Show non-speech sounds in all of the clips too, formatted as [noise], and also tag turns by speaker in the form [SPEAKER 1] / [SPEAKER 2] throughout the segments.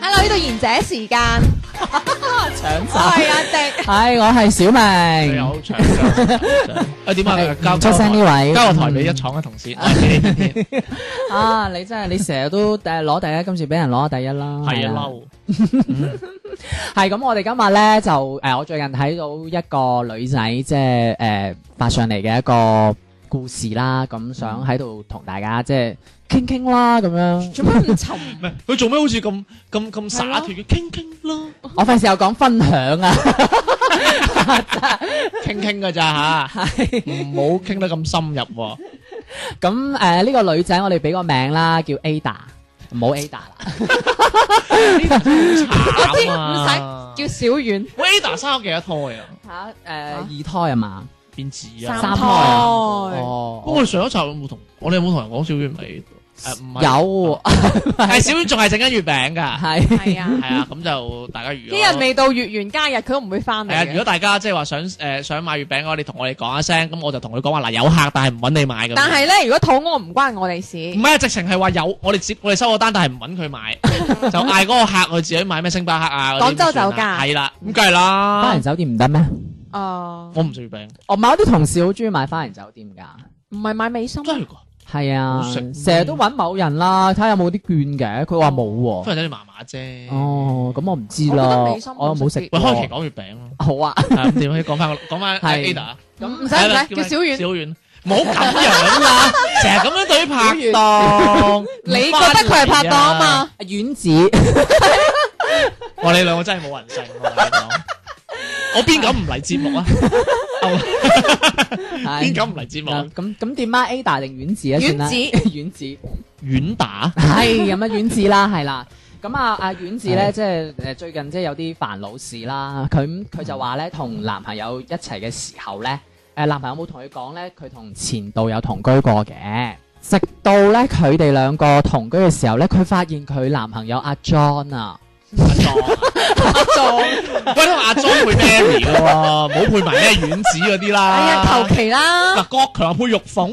[SPEAKER 1] Hello，呢度賢者時間，
[SPEAKER 2] 搶
[SPEAKER 1] 我係阿迪，
[SPEAKER 3] 系，我係小
[SPEAKER 4] [laughs] 你
[SPEAKER 3] 明，
[SPEAKER 4] 好長㗎啊點啊？交
[SPEAKER 3] 出聲呢位，
[SPEAKER 4] 交個台俾一廠嘅同事。係
[SPEAKER 3] 啊！你真係你成日都诶攞第一，今次俾人攞第一啦，係
[SPEAKER 4] 啊，
[SPEAKER 3] 啦
[SPEAKER 4] 嬲。
[SPEAKER 3] 係咁，我哋今日咧就誒、呃我最近睇到一個女仔即係誒發上嚟嘅一個故事啦，咁想喺度同大家即係傾傾啦咁樣。
[SPEAKER 1] 做乜唔沉？
[SPEAKER 4] 唔係佢做咩好似咁咁咁灑脱嘅？傾傾咯，
[SPEAKER 3] 我費事又講分享啊，
[SPEAKER 4] [laughs] 傾傾㗎咋吓，唔好傾得咁深入喎。
[SPEAKER 3] [laughs] 咁誒呢個女仔我哋俾個名啦，叫 Ada，唔好 Ada 啦。
[SPEAKER 4] 我
[SPEAKER 1] 我知，唔使叫小遠
[SPEAKER 4] 喂，Ada 生咗幾多胎啊？
[SPEAKER 3] 嚇誒、二胎啊嘛，
[SPEAKER 4] 邊止
[SPEAKER 1] 三
[SPEAKER 4] 啊？
[SPEAKER 3] 三胎啊。
[SPEAKER 1] 胎
[SPEAKER 4] 不過
[SPEAKER 3] 哦，
[SPEAKER 4] 我哋上一集有冇同我哋有冇同人講小丸咪？誒唔係，
[SPEAKER 3] 有
[SPEAKER 4] 係小丸仲係整緊月餅㗎。
[SPEAKER 3] 係。
[SPEAKER 1] 係啊，
[SPEAKER 4] 係啊，咁就大家如果
[SPEAKER 1] 一日未到月圓加日，佢都唔會翻嚟
[SPEAKER 4] 係啊，如果
[SPEAKER 1] 嘅。
[SPEAKER 4] 大家即係話想誒想買月餅嘅話，你同我哋講一聲，咁我就同佢講話嗱有客，但係唔揾你買咁樣。
[SPEAKER 1] 但係咧，如果肚屙唔關我哋事，
[SPEAKER 4] 唔係啊，直情係話有我哋接我哋收個單，但係唔揾佢
[SPEAKER 1] [laughs]
[SPEAKER 4] 買，就嗌嗰個客佢自己買咩星巴克啊。
[SPEAKER 1] 廣州酒家
[SPEAKER 4] 係啦，咁梗係啦。
[SPEAKER 3] 花園酒店唔得咩？
[SPEAKER 1] 誒，
[SPEAKER 4] 我唔食月餅，
[SPEAKER 3] 我某啲同事好中意買花園酒店㗎。
[SPEAKER 1] 唔係買美心，
[SPEAKER 4] 真係㗎，
[SPEAKER 3] 係啊
[SPEAKER 4] 好食咩，
[SPEAKER 3] 成日都揾某人啦，睇下有冇啲券嘅。佢話冇
[SPEAKER 4] 忽
[SPEAKER 3] 喎。
[SPEAKER 4] 然有啲麻麻啫。
[SPEAKER 3] 哦，咁我唔知
[SPEAKER 1] 我覺得
[SPEAKER 3] 啦
[SPEAKER 1] 美心，
[SPEAKER 3] 我又冇
[SPEAKER 1] 好
[SPEAKER 3] 食
[SPEAKER 1] 食
[SPEAKER 4] 喂，
[SPEAKER 3] 過。
[SPEAKER 4] 開期講月餅咯，
[SPEAKER 3] 好啊，
[SPEAKER 4] 係咁點可以講翻個
[SPEAKER 1] [laughs]
[SPEAKER 4] 講翻
[SPEAKER 3] 係
[SPEAKER 4] Ada 啊
[SPEAKER 1] 咁唔哦使
[SPEAKER 4] 係
[SPEAKER 1] 唔
[SPEAKER 4] 啦
[SPEAKER 1] 使叫小遠，
[SPEAKER 4] 小遠，唔好咁樣啦，
[SPEAKER 1] [laughs]
[SPEAKER 4] 成日咁樣對拍檔，
[SPEAKER 1] 你覺得佢係拍檔啊嘛？
[SPEAKER 3] 丸子
[SPEAKER 4] 哇！你兩個真係冇人性喎，我同你講我邊敢唔嚟節
[SPEAKER 1] [laughs]
[SPEAKER 4] 目啊？邊
[SPEAKER 3] 係
[SPEAKER 4] 敢唔嚟節目啊
[SPEAKER 3] 嗱？咁咁點啊？Ada 定丸子啊？算啦
[SPEAKER 1] 丸子
[SPEAKER 3] [laughs] 丸子
[SPEAKER 4] 遠打
[SPEAKER 3] [laughs] 係咁啊，丸子啦，係啦。咁啊，阿丸子
[SPEAKER 4] [laughs]
[SPEAKER 3] 咧，即係誒最近即係有啲煩惱事啦。佢佢就話咧，同男朋友一齊嘅時候咧，誒男朋友冇同佢講咧，佢同前度有同居過嘅。直到咧佢哋兩個同居嘅時候咧，佢發現佢男朋友阿 John 啊。
[SPEAKER 4] 阿莊啊，阿莊，喂，同阿莊配 Mary 嘅喎，唔好配埋咩丸子嗰啲啦。
[SPEAKER 1] 哎呀，求其啦
[SPEAKER 4] 嗱，，郭強配玉 [laughs] 鳳，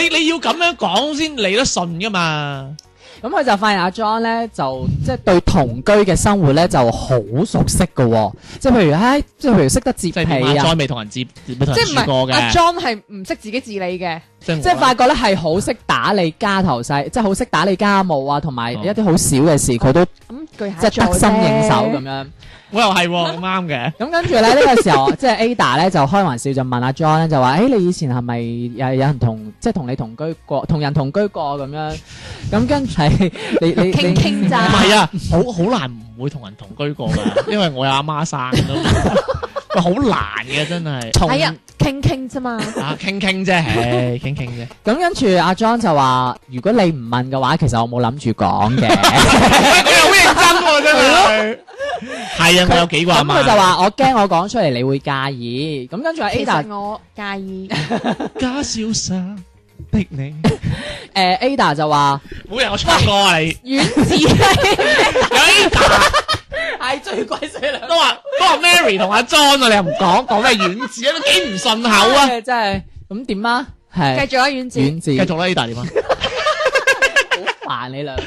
[SPEAKER 4] 你你要咁樣講先嚟得順噶嘛？
[SPEAKER 3] 咁佢就發現阿 John 咧，就即係對同居嘅生活咧就好熟悉嘅喎、即係譬如唉，即係譬如識得折
[SPEAKER 4] 即係點啊
[SPEAKER 3] 被
[SPEAKER 4] 阿
[SPEAKER 3] 啊，
[SPEAKER 4] 莊未同人接，未同
[SPEAKER 1] 即
[SPEAKER 4] 人
[SPEAKER 1] 係唔
[SPEAKER 4] 試過
[SPEAKER 1] 係阿
[SPEAKER 4] 嘅，
[SPEAKER 1] John 係唔識自己自理嘅，
[SPEAKER 4] 即係
[SPEAKER 3] 即係發覺咧係好識打理家頭細，即係好識打理家務啊，同埋一啲好少嘅事佢都即
[SPEAKER 1] 咁巨蟹
[SPEAKER 3] 係得心應手咁
[SPEAKER 1] 樣。
[SPEAKER 3] 樣。
[SPEAKER 4] 我又係喎，咁啱嘅。
[SPEAKER 3] 咁跟住咧呢、呢
[SPEAKER 1] [laughs]
[SPEAKER 3] 個時候，即係 Ada 咧就開玩笑就問阿 John 咧就話：，誒、你以前係咪有有人同即係同你同居過，同人同居過咁樣？咁跟住 [laughs] 係你你你
[SPEAKER 1] 傾傾咋
[SPEAKER 4] 唔係啊， [laughs] 好好難唔會同人同居過 [laughs] 噶，因為我有阿媽生㗎嘛 [laughs] 喂，好難嘅真係。
[SPEAKER 3] 同
[SPEAKER 1] 係啊，傾傾啫嘛，
[SPEAKER 4] 啊，傾 [laughs] 傾啫，唉，傾傾啫。
[SPEAKER 3] 咁跟住阿 John 就話：如果你唔問嘅話，其實我冇諗住講 [laughs] 嘅。
[SPEAKER 4] 佢又好認真喎，真係。係啊，我有幾個阿
[SPEAKER 3] 咁
[SPEAKER 4] 媽。
[SPEAKER 3] 佢就話：我驚我講出嚟你會介意。咁跟住阿
[SPEAKER 1] 其
[SPEAKER 3] Ada，
[SPEAKER 1] 實我介意。
[SPEAKER 4] 假瀟灑的 [laughs] 你，
[SPEAKER 3] 誒 Ada [laughs] 就話：
[SPEAKER 4] 冇人我唱歌啊你。 [laughs]
[SPEAKER 1] 丸子咧，
[SPEAKER 4] 有 Ada
[SPEAKER 3] 係最鬼死啦！
[SPEAKER 4] 都話都話 Mary 同阿 John 啊，你又唔講講咩丸子啊，都幾唔順
[SPEAKER 3] [laughs]
[SPEAKER 4] 口啊。
[SPEAKER 3] 真係咁點啊？係
[SPEAKER 1] 繼續啊，丸子。
[SPEAKER 3] 遠字
[SPEAKER 4] 繼續啦，Ada 點啊？
[SPEAKER 3] 煩你兩個。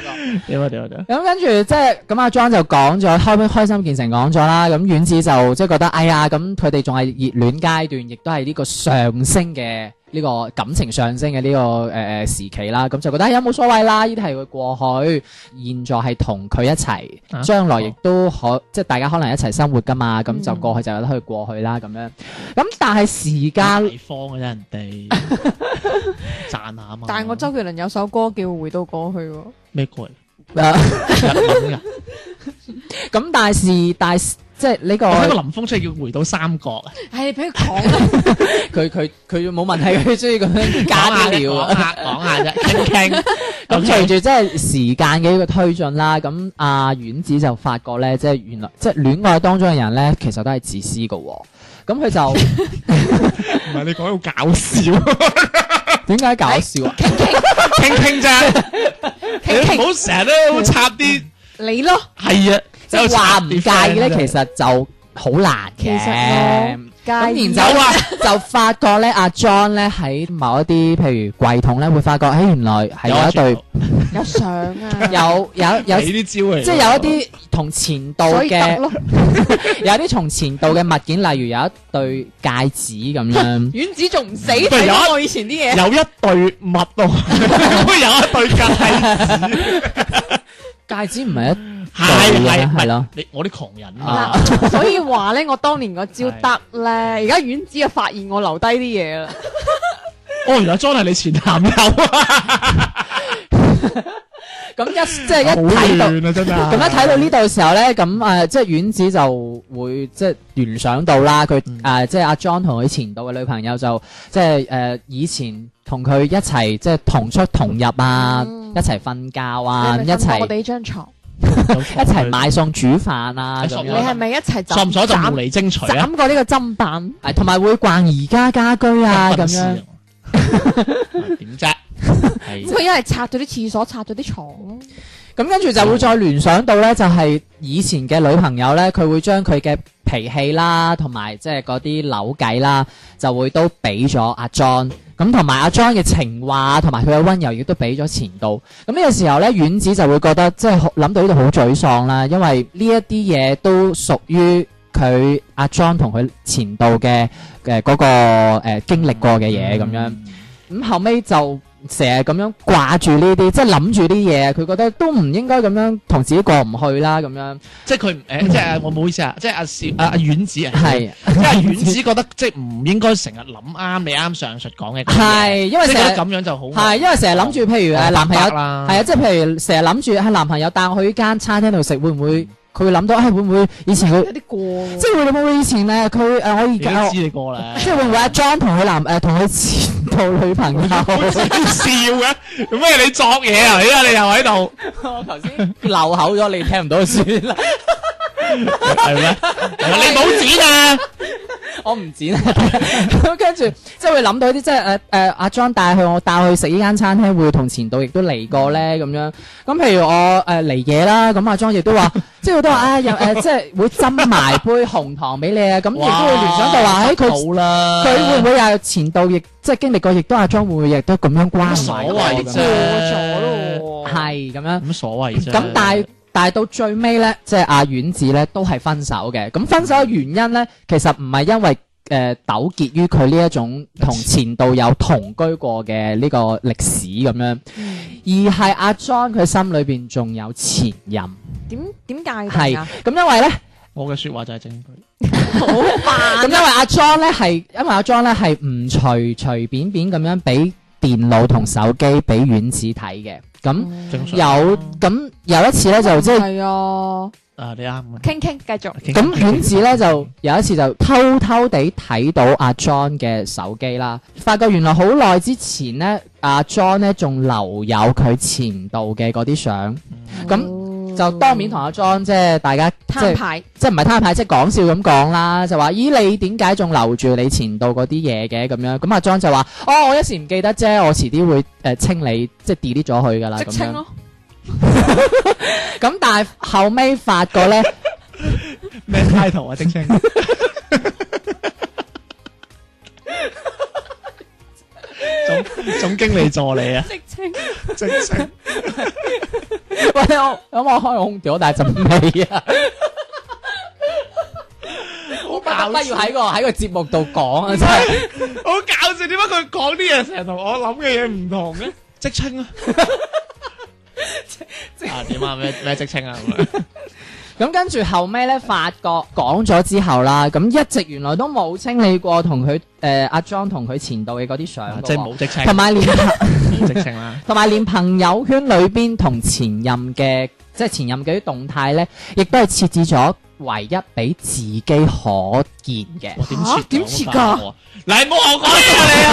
[SPEAKER 4] 點啊點啊點啊！
[SPEAKER 3] 咁跟住即係咁阿 John 就講咗開開心見誠講咗啦，咁丸子就即係覺得哎呀，咁佢哋仲係熱戀階段，亦都係呢個上升嘅呢、個感情上升嘅呢、個誒誒、呃、時期啦，咁就覺得哎呀冇所謂啦，呢啲係會過去，現在係同佢一
[SPEAKER 4] 啊
[SPEAKER 3] 齊，將來亦都可、即係大家可能一齊生活噶嘛，咁就過去就由得佢過去啦咁樣。咁但係時間
[SPEAKER 4] 地方啊，人 [laughs] 哋讚下啊嘛。
[SPEAKER 1] 但係我周杰倫有首歌叫《回到過去》喎，
[SPEAKER 4] 咩歌嚟？
[SPEAKER 3] 呃 [laughs]
[SPEAKER 4] 日文㗎
[SPEAKER 3] 咁但係時但係即係呢個
[SPEAKER 4] 我睇過林峰出嚟叫回到三角啊，
[SPEAKER 1] 唉，俾佢講 [laughs] 啦，
[SPEAKER 3] 佢佢佢冇問題， [laughs] 佢中意咁樣加啲料啊
[SPEAKER 4] 講。下講下
[SPEAKER 3] [laughs]
[SPEAKER 4] 啫，傾傾。
[SPEAKER 3] 咁
[SPEAKER 4] OK
[SPEAKER 3] 隨住即係時間嘅一個推進啦，咁阿丸子就發覺咧，即係原來即係戀愛當中嘅人咧，其實都係自私嘅喎、咁佢 [laughs] 就
[SPEAKER 4] 唔係你講到搞笑，
[SPEAKER 3] 點解搞笑啊？
[SPEAKER 4] 傾傾 [laughs] 啫，你唔好成日都插啲
[SPEAKER 1] 你咯，
[SPEAKER 4] 係啊，
[SPEAKER 3] [laughs] 即係話唔介意咧，其
[SPEAKER 4] 實
[SPEAKER 3] 實就好難
[SPEAKER 1] 其實
[SPEAKER 3] 嘅。
[SPEAKER 1] 我介
[SPEAKER 3] 咁然
[SPEAKER 1] 意
[SPEAKER 3] 之後咧， [laughs] 就發覺咧，阿 John 咧喺某一啲譬如櫃桶咧，會發覺，誒原來係有一對
[SPEAKER 1] 有相啊，
[SPEAKER 3] 有有有，
[SPEAKER 4] 你啲招嚟㗎，
[SPEAKER 3] 即係啊有一啲同前度
[SPEAKER 1] 所以得
[SPEAKER 3] 嘅，
[SPEAKER 1] 咯。
[SPEAKER 3] 有一啲從前度嘅物件，例如有一對戒指咁
[SPEAKER 1] [laughs]
[SPEAKER 3] 樣。
[SPEAKER 1] 丸子仲唔死
[SPEAKER 3] 嗯
[SPEAKER 4] 唔係有
[SPEAKER 1] 睇
[SPEAKER 4] 一
[SPEAKER 1] 到我以前啲嘢，
[SPEAKER 4] 有一對物
[SPEAKER 3] [laughs]
[SPEAKER 4] 咯，會有一對戒指，
[SPEAKER 3] 戒指唔係一
[SPEAKER 4] 係
[SPEAKER 3] 對
[SPEAKER 4] 係
[SPEAKER 3] 嘅係咯，
[SPEAKER 4] 你我啲狂人啊，
[SPEAKER 3] [laughs]
[SPEAKER 1] 嗱，所以話咧，我當年個招得咧，而家丸子就發現我留低啲嘢啦，
[SPEAKER 4] 哦原來 John 係你前男友啊，
[SPEAKER 3] 咁一即係一睇到。
[SPEAKER 4] 啊真係，
[SPEAKER 3] 咁一
[SPEAKER 4] [laughs]
[SPEAKER 3] 睇到呢度嘅時候咧，咁誒、呃即係丸子就會即係聯想到啦，佢誒、
[SPEAKER 1] 嗯
[SPEAKER 3] 呃即係阿 John 同佢前度嘅女朋友就即係誒、呃以前同佢一齊即係同出同入啊，
[SPEAKER 1] 嗯
[SPEAKER 3] 一齊瞓覺啊，
[SPEAKER 1] 你
[SPEAKER 3] 一
[SPEAKER 1] 咪瞓過我
[SPEAKER 3] 齊
[SPEAKER 1] 哋張床，
[SPEAKER 3] 一齊買餸煮飯啊
[SPEAKER 4] 你
[SPEAKER 3] 咁
[SPEAKER 1] 你
[SPEAKER 4] 信
[SPEAKER 3] 樣
[SPEAKER 4] 我。
[SPEAKER 1] 係咪一齊斬
[SPEAKER 4] 索唔索就
[SPEAKER 1] 斬
[SPEAKER 4] 無理精除啊？
[SPEAKER 1] 斬過呢個砧板？
[SPEAKER 3] 誒同埋會逛宜家家居
[SPEAKER 1] [laughs]
[SPEAKER 3] 啊咁樣，
[SPEAKER 4] 樣點啫？
[SPEAKER 1] 咁
[SPEAKER 4] 係
[SPEAKER 1] 佢一係拆咗啲廁所，拆咗啲床咯。
[SPEAKER 3] 咁跟住就會再聯想到咧，就係以前嘅女朋友咧，佢會將佢嘅脾氣啦，同埋即係嗰啲扭計啦，就會都俾咗阿 John。咁同埋阿 John 嘅情話，同埋佢嘅温柔，亦都俾咗前度。咁呢個時候咧，丸子就會覺得即係好諗到呢度好沮喪啦，因為呢一啲嘢都屬於佢阿 John 同佢前度嘅嘅嗰個誒、呃、經歷過嘅嘢咁樣。咁後尾就成日咁樣掛住呢啲，即係諗住啲嘢，佢覺得都唔應該咁樣同自己過唔去啦，咁樣
[SPEAKER 4] 即係佢唔誒，即係我唔好意
[SPEAKER 3] [laughs]
[SPEAKER 4] 思啊，即係阿小阿阿丸子啊，
[SPEAKER 3] 係
[SPEAKER 4] 即係丸子覺得即係唔應該成日諗啱你啱上述講嘅嗰啲嘢，
[SPEAKER 3] 係因為
[SPEAKER 4] 即係
[SPEAKER 3] 成
[SPEAKER 4] 覺得
[SPEAKER 3] 日
[SPEAKER 4] 咁樣就好
[SPEAKER 3] 係因為成日諗住，譬如誒男朋友係
[SPEAKER 4] 啦，
[SPEAKER 3] 啊，即係譬如成日諗住係男朋友帶我去呢間餐廳度食，會唔會佢會諗到啊？會唔會以前佢
[SPEAKER 1] 有啲過喎
[SPEAKER 3] 即係會唔會以前咧佢誒我而
[SPEAKER 4] 你都
[SPEAKER 3] 家
[SPEAKER 4] 知你過啦，
[SPEAKER 3] 即係會唔會阿 John 同佢男誒同佢前度女朋友
[SPEAKER 4] 笑嘅，做咩你作嘢啊？你啊，你又喺度，
[SPEAKER 3] 漏口咗，你聽唔到算啦，
[SPEAKER 4] 係咩？你冇剪啊！
[SPEAKER 3] 我唔剪啦。 [laughs] 咁跟住即係會諗到一啲即係誒誒阿 John 帶去我帶我去食呢間餐廳，會同前度亦都嚟過咧
[SPEAKER 4] 嗯
[SPEAKER 3] 咁樣。咁譬如我誒嚟嘢啦，咁阿 John 亦都話，即係佢都話啊又誒，即係會斟埋杯紅糖俾你啊。咁亦都會聯想到話，誒佢
[SPEAKER 4] 好啦，
[SPEAKER 3] 佢會唔會又前度亦即係經歷過，亦都阿 John 會唔會亦都咁樣關
[SPEAKER 4] 冇
[SPEAKER 3] 懷
[SPEAKER 4] 所
[SPEAKER 3] 我
[SPEAKER 4] 謂
[SPEAKER 3] 咁
[SPEAKER 4] 啫
[SPEAKER 3] 樣
[SPEAKER 1] 過咗咯喎。
[SPEAKER 3] 係咁樣。
[SPEAKER 4] 咁所謂啫？
[SPEAKER 3] 咁但係但係到最尾咧，即係阿丸子咧都係分手嘅。咁分手嘅原因咧，其實唔係因為誒、呃、糾結於佢呢一種同前度有同居過嘅呢個歷史咁樣，而係阿 John 佢心裏邊仲有前任，
[SPEAKER 1] 點點解
[SPEAKER 3] 係
[SPEAKER 1] 㗎？
[SPEAKER 3] 咁因為咧。
[SPEAKER 4] 我嘅説話就係證據。
[SPEAKER 3] 咁因為阿 John 咧係，因為阿 John 咧係唔隨隨便便咁樣俾電腦同手機俾丸子睇嘅。咁
[SPEAKER 4] 正常
[SPEAKER 3] 有咁有一次咧就即係
[SPEAKER 1] 係啊，
[SPEAKER 4] 啊，你啱嘅。
[SPEAKER 1] 傾傾繼續。
[SPEAKER 3] 咁丸子咧就有一次就偷偷地睇到阿 John 嘅手機啦，發覺原來好耐之前咧，阿 John 咧仲留有佢前度嘅嗰啲相，
[SPEAKER 1] 嗯
[SPEAKER 3] 咁
[SPEAKER 1] 咁
[SPEAKER 3] 就當面同阿 John 即係大家即
[SPEAKER 1] 攤
[SPEAKER 3] 係
[SPEAKER 1] 牌，
[SPEAKER 3] 即係唔係攤牌，即係講笑咁講啦，就話咦你點解仲留住你前度嗰啲嘢嘅咁樣？咁阿 John 就話哦我一時唔記得啫，我遲啲會誒清理即係 delete 咗佢噶啦
[SPEAKER 1] 即
[SPEAKER 3] 咁
[SPEAKER 1] 清
[SPEAKER 3] 樣。
[SPEAKER 1] 咯。
[SPEAKER 3] 咁但係後尾發覺咧。
[SPEAKER 4] 咩 title 啊？即 [laughs] 稱總總經理助理啊，
[SPEAKER 1] 即清。
[SPEAKER 4] 即稱
[SPEAKER 3] 喂，我咁我開空調，但係陣味啊！我不得不要喺個喺個節目度講啊，真係
[SPEAKER 4] 好搞笑，點解佢講啲嘢成日同我諗嘅嘢唔同嘅？即稱啊！ [laughs] 啊點啊咩咩即稱啊咁樣，
[SPEAKER 3] 咁跟住後尾咧，發覺講咗之後啦，咁一直原來都冇清理過同佢誒阿 John 同佢前度嘅嗰啲相㗎喎，
[SPEAKER 4] 啊即係冇即稱，
[SPEAKER 3] 同埋連
[SPEAKER 4] 冇即稱啦。
[SPEAKER 3] 同埋連朋友圈裏邊同前任嘅即係前任嘅啲動態咧，亦都係設置咗唯一俾自己可見嘅。
[SPEAKER 4] 哇點切㗎？
[SPEAKER 1] 點
[SPEAKER 4] 我
[SPEAKER 1] 切
[SPEAKER 4] 發
[SPEAKER 1] 㗎
[SPEAKER 4] 覺喎？嗱，冇我講嘢你啊！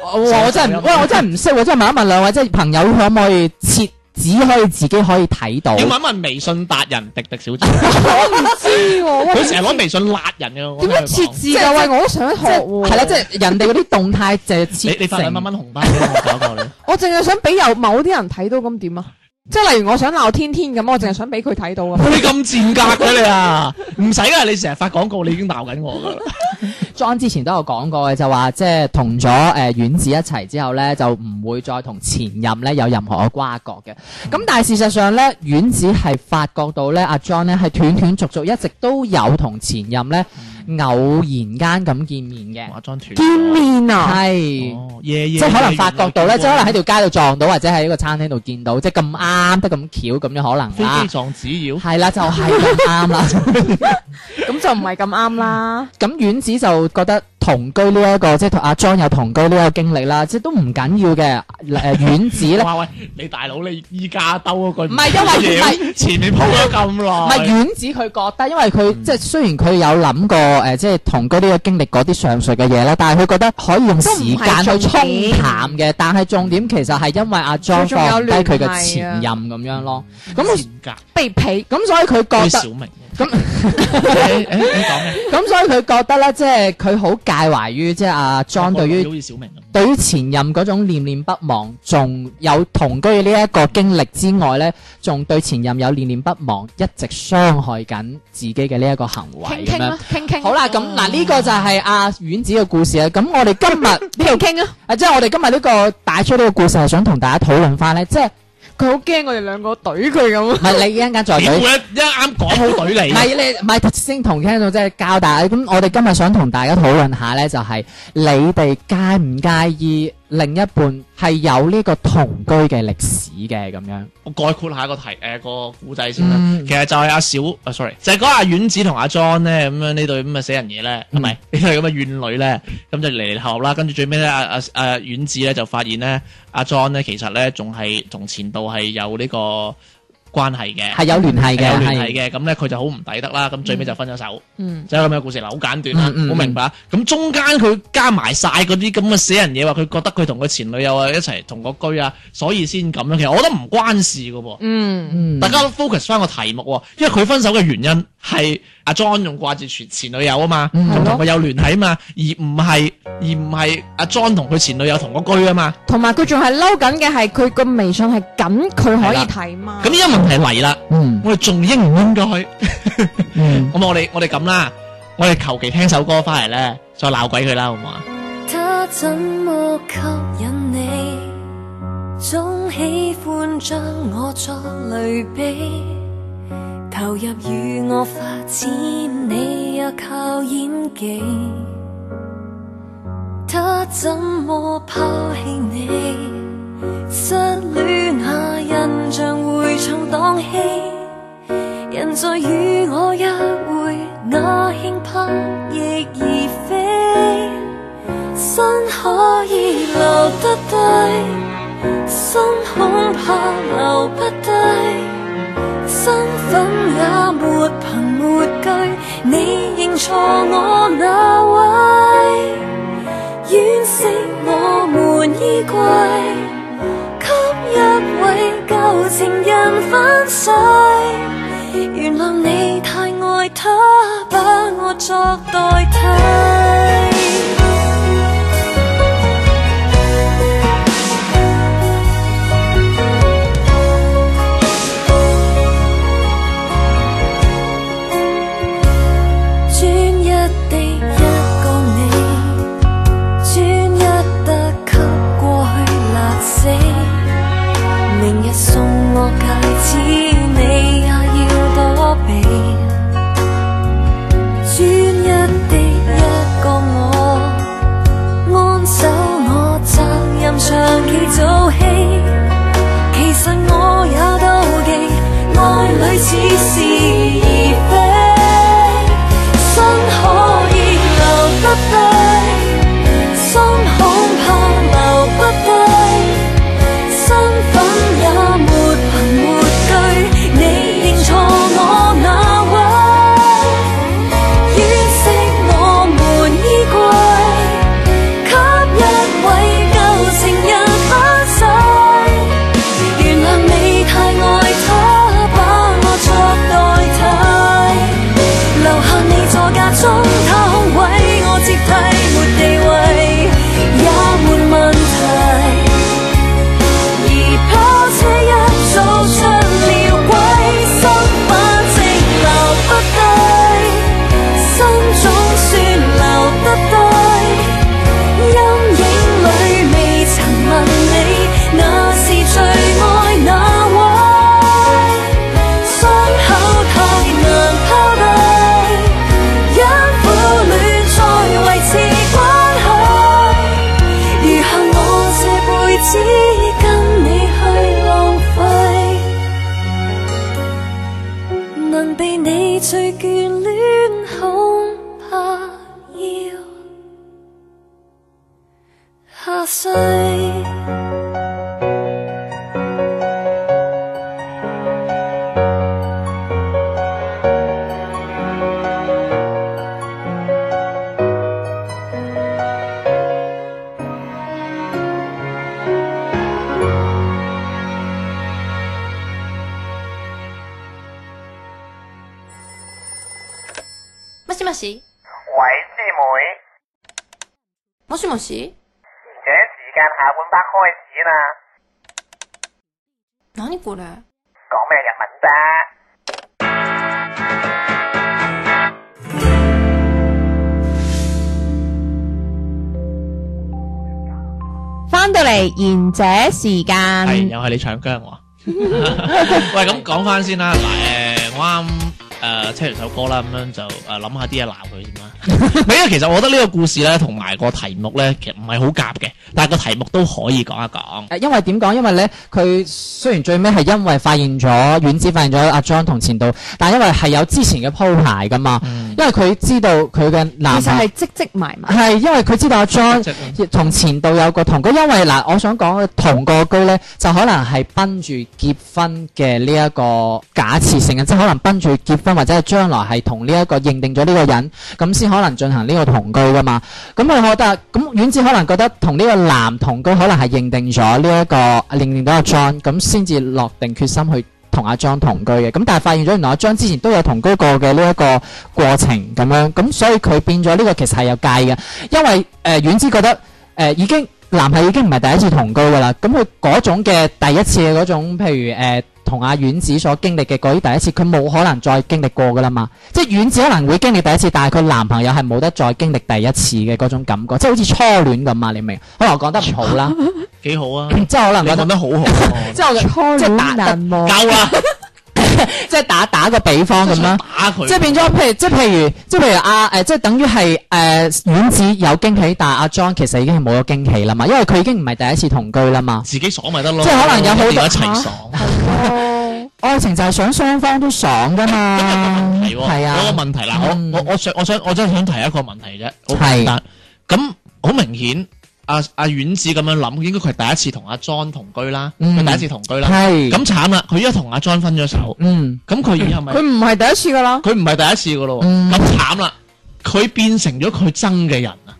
[SPEAKER 3] 我我真係唔，喂，我真係唔識喎，真係問一問兩位，即係朋友可唔可以切？只可以自己可以睇到。
[SPEAKER 4] 要問一問微信達人迪迪小姐，
[SPEAKER 1] 知喎，喂
[SPEAKER 4] 佢成日攞微信辣人嘅。我聽佢
[SPEAKER 1] 點樣
[SPEAKER 4] 講
[SPEAKER 1] 設置㗎？喂，我都想學喎。
[SPEAKER 3] 係啦，即係人哋嗰啲動態就係切
[SPEAKER 4] 你你發兩
[SPEAKER 3] 成
[SPEAKER 4] 百蚊紅包俾我搞過你。
[SPEAKER 1] 我淨係想俾有某啲人睇到咁點啊？即係例如我想鬧天天咁，我淨係想俾佢睇到啊。
[SPEAKER 4] 哇你咁賤格嘅你啊！唔使噶，你成日發廣告，你已經鬧緊我噶啦。
[SPEAKER 3] John 之前都有講過嘅，就話即係同咗誒丸子一齊之後咧，就唔會再同前任咧有任何嘅瓜葛嘅。
[SPEAKER 4] 嗯
[SPEAKER 3] 咁但係事實上咧，丸子係發覺到咧，阿 John 咧係斷斷續續一直都有同前任咧
[SPEAKER 4] 嗯
[SPEAKER 3] 偶然間咁見面嘅，
[SPEAKER 4] 化妝團
[SPEAKER 1] 見面啊，
[SPEAKER 3] 係。
[SPEAKER 4] 哦，夜夜
[SPEAKER 3] 即係可能發覺到咧，即係可
[SPEAKER 4] 喺
[SPEAKER 3] 能喺條街度撞到，或者喺一個餐廳度見到，即係咁啱得咁巧咁樣可能
[SPEAKER 4] 飛
[SPEAKER 3] 啦
[SPEAKER 4] 機，撞紙鷂。
[SPEAKER 3] 係啦，就係咁啱啦。 [laughs]
[SPEAKER 1] 咁就唔係咁啱啦。
[SPEAKER 3] 咁丸子就覺得同居呢、一個即係同阿 John 有同居呢個經歷啦，即係都唔緊要嘅。誒、丸子咧，
[SPEAKER 4] [laughs] 哇喂，你大佬你依家兜嗰句
[SPEAKER 3] 唔係因為唔係
[SPEAKER 4] 前面鋪咗咁
[SPEAKER 3] 唔
[SPEAKER 4] 耐，
[SPEAKER 3] 係丸子佢覺得，因為佢、
[SPEAKER 4] 嗯
[SPEAKER 3] 即係雖然佢有諗過誒、即係同居呢個經歷嗰啲上述嘅嘢啦，但係佢覺得可以用時間去沖淡嘅。但係重點其實係因為阿 John
[SPEAKER 1] 佢仲有
[SPEAKER 3] 放低佢
[SPEAKER 1] 聯繫啊
[SPEAKER 3] 嘅前任咁樣咯。
[SPEAKER 4] 咁
[SPEAKER 3] 咁
[SPEAKER 4] 賤格，
[SPEAKER 1] 被皮
[SPEAKER 3] 咁所以佢覺
[SPEAKER 4] 好似
[SPEAKER 3] 得
[SPEAKER 4] 小。明
[SPEAKER 3] 咁
[SPEAKER 4] 誒誒你講咩？
[SPEAKER 3] 咁所以佢覺得咧，即係佢好介懷於即係阿 John 對於
[SPEAKER 4] 好似小明咁。
[SPEAKER 3] 對於前任嗰種念念不忘，仲有同居呢一個經歷之外呢仲對前任有念念不忘，一直傷害緊自己嘅呢一個行為咁
[SPEAKER 1] 傾傾
[SPEAKER 3] 樣
[SPEAKER 1] 啦。，傾傾。
[SPEAKER 3] 好啦，咁嗱呢個就係阿丸子嘅故事啦。啊咁我哋今日呢
[SPEAKER 1] 呢
[SPEAKER 3] 度
[SPEAKER 1] 度傾啊，
[SPEAKER 3] 啊，即係我哋今日呢個帶出呢個故事係想同大家討論翻呢。即係
[SPEAKER 1] 佢好驚我哋兩個懟佢咁啊
[SPEAKER 3] 唔。係 [laughs] 你一陣間再
[SPEAKER 1] [laughs]
[SPEAKER 4] 點會
[SPEAKER 3] 舉
[SPEAKER 4] 一一啱講好懟
[SPEAKER 3] 唔
[SPEAKER 4] 你？
[SPEAKER 3] 係你唔係頭先同聽到即係交大咁，我哋今日想同大家討論下咧，就係、你哋介唔介意另一半係有呢個同居嘅歷史嘅咁樣？
[SPEAKER 4] 我概括下個題誒、個古仔先啦。
[SPEAKER 3] 嗯
[SPEAKER 4] 其實就係阿小啊，sorry，就係講阿丸子同阿 John 咧咁樣呢對咁嘅死人嘢咧，唔
[SPEAKER 3] 嗯
[SPEAKER 4] 係 [laughs] 呢對咁嘅怨女咧，咁就嚟嚟合合啦。跟住最尾咧，阿阿阿丸子咧就發現咧，阿 John 咧其實咧仲係同前度係有呢個關係嘅，
[SPEAKER 3] 係有聯繫嘅，
[SPEAKER 4] 有聯繫
[SPEAKER 3] 係
[SPEAKER 4] 嘅。咁咧佢就好唔抵得啦，咁最尾就分咗手。
[SPEAKER 1] 嗯，
[SPEAKER 4] 就係咁嘅故事嗱，好簡短啦，好、
[SPEAKER 3] 嗯嗯
[SPEAKER 4] 明白。啊咁中間佢加埋晒嗰啲咁嘅死人嘢，話佢覺得佢同佢前女友啊一齊同個居啊，所以先咁樣。其實我覺得唔關事嘅喎。
[SPEAKER 1] 嗯，
[SPEAKER 3] 嗯
[SPEAKER 4] 大家都 focus 翻個題目喎，因為佢分手嘅原因係阿 John 仲掛住前前女友啊嘛，
[SPEAKER 3] 嗯
[SPEAKER 4] 仲同佢有聯繫啊嘛，而唔係而唔係阿 John 同佢前女友同個居啊嘛。
[SPEAKER 1] 同埋佢仲係嬲緊嘅係佢個微信係緊，佢可以睇嘛。
[SPEAKER 4] 咁依家問題嚟啦，
[SPEAKER 3] 嗯
[SPEAKER 4] 我哋仲應唔應該？
[SPEAKER 3] 嗯，
[SPEAKER 4] 咁我哋我哋咁啦，我哋求其聽首歌翻嚟咧，再鬧鬼佢啦，好唔好啊？
[SPEAKER 5] 他怎么吸引你？总喜欢将我作类比，投入与我發展，你也靠演技。他怎么拋棄你？失戀下印象會重荡起，人在與我約會，那輕拍翼而飛。身可以留得低，心恐怕留不低，身份也沒憑沒據，你認錯我哪位？惋惜我們衣櫃，給一位舊情人反水。原諒你太愛他，把我作代替。專一地一個你，專一得給過去辣死。明日送我戒指，你也要躲避。專一地一破碎。
[SPEAKER 6] もしもし
[SPEAKER 7] 喂，師妹，
[SPEAKER 6] もしもし
[SPEAKER 7] 唔想時間下半 part 開始啦，
[SPEAKER 6] 何これ
[SPEAKER 7] 講咩日文啫？
[SPEAKER 8] 翻到嚟賢者時
[SPEAKER 3] 嗯
[SPEAKER 4] 系
[SPEAKER 8] 間，
[SPEAKER 4] 又係你搶姜我。 [laughs] 喂，咁講翻先啦，嗱，诶，我啱诶聽完首歌啦，咁樣就诶諗下啲嘢鬧佢先
[SPEAKER 3] [laughs]
[SPEAKER 4] 啦。唔係因為其實我覺得呢個故事咧，同埋個題目咧，其實唔係好夾嘅，但係個題目都可以講一講。
[SPEAKER 3] 誒，因為點講？因為咧，佢雖然最尾係因為發現咗丸子發現咗阿 John 同前度，但因為係有之前嘅鋪排噶嘛，
[SPEAKER 4] 嗯
[SPEAKER 3] 因為佢知道佢嘅男
[SPEAKER 1] 其
[SPEAKER 3] 朋
[SPEAKER 1] 實係積積埋埋。
[SPEAKER 3] 係因為佢知道阿 John
[SPEAKER 4] 即係
[SPEAKER 3] 同前度有個同居，因為嗱，我想講嘅同個居咧，就可能係奔住結婚嘅呢一個假設性嘅，即係可能奔住結婚或者係將來係同呢一個認定咗呢個人，咁先可能進行呢個同居噶嘛。咁佢覺得，咁丸子可能覺得同呢個男同居可能係認定咗呢一個認定到阿 John，咁先至落定決心去。同阿張同居嘅，咁但係發現咗原來阿張之前都有同居過嘅呢一個過程咁樣，咁所以佢變咗呢個其實係有戒嘅，因為誒、呃、丸子覺得誒、已經男係已經唔係第一次同居噶啦，咁佢嗰種嘅第一次嘅嗰種，譬如誒同阿丸子所經歷嘅嗰啲第一次，佢冇可能再經歷過噶啦嘛。即係丸子可能會經歷第一次，但係佢男朋友係冇得再經歷第一次嘅嗰種感覺，即係好似初戀咁啊！你明？可能我講得唔好
[SPEAKER 4] [laughs]
[SPEAKER 3] 啦，
[SPEAKER 4] 幾好啊！
[SPEAKER 3] 即係可能
[SPEAKER 4] 你
[SPEAKER 3] 覺
[SPEAKER 4] 講
[SPEAKER 3] 得，啊
[SPEAKER 4] 得好好喎，
[SPEAKER 3] 即係我嘅
[SPEAKER 1] 初
[SPEAKER 3] 即係
[SPEAKER 1] 戀
[SPEAKER 3] 打
[SPEAKER 1] 難
[SPEAKER 4] [laughs]
[SPEAKER 1] 忘，
[SPEAKER 4] 夠啊
[SPEAKER 3] [laughs]
[SPEAKER 4] 啦，
[SPEAKER 3] 即係打打個比方咁啦。
[SPEAKER 4] 打佢，
[SPEAKER 3] 即係變咗，譬如即係譬如即係譬如啊誒、即係等於係誒丸子有驚喜，但係阿 John 其實已經係冇咗驚喜啦嘛，因為佢已經唔係第一次同居啦嘛。
[SPEAKER 4] 自己爽咪得咯，
[SPEAKER 3] 即係可能有好多啊
[SPEAKER 4] 一定要一齊爽。
[SPEAKER 3] 愛情就係想雙方都爽噶嘛，
[SPEAKER 4] 係喎，
[SPEAKER 3] 係
[SPEAKER 4] 有
[SPEAKER 3] 啊
[SPEAKER 4] 個，問題啦，
[SPEAKER 3] 嗯
[SPEAKER 4] 我我我想我想我真係想提一個問題啫，好
[SPEAKER 3] 係
[SPEAKER 4] 簡單。咁好明顯，阿阿丸子咁樣諗，應該佢係第一次同阿 John 同居啦，
[SPEAKER 3] 嗯
[SPEAKER 4] 佢第一次同居啦。
[SPEAKER 3] 係
[SPEAKER 4] 咁慘啦，佢依家同阿 John 分咗手，
[SPEAKER 3] 嗯
[SPEAKER 4] 咁佢以後咪
[SPEAKER 1] 佢唔係第一次噶啦，
[SPEAKER 4] 佢唔係第一次噶咯喎，
[SPEAKER 3] 嗯
[SPEAKER 4] 咁慘啦，佢變成咗佢憎嘅人啊，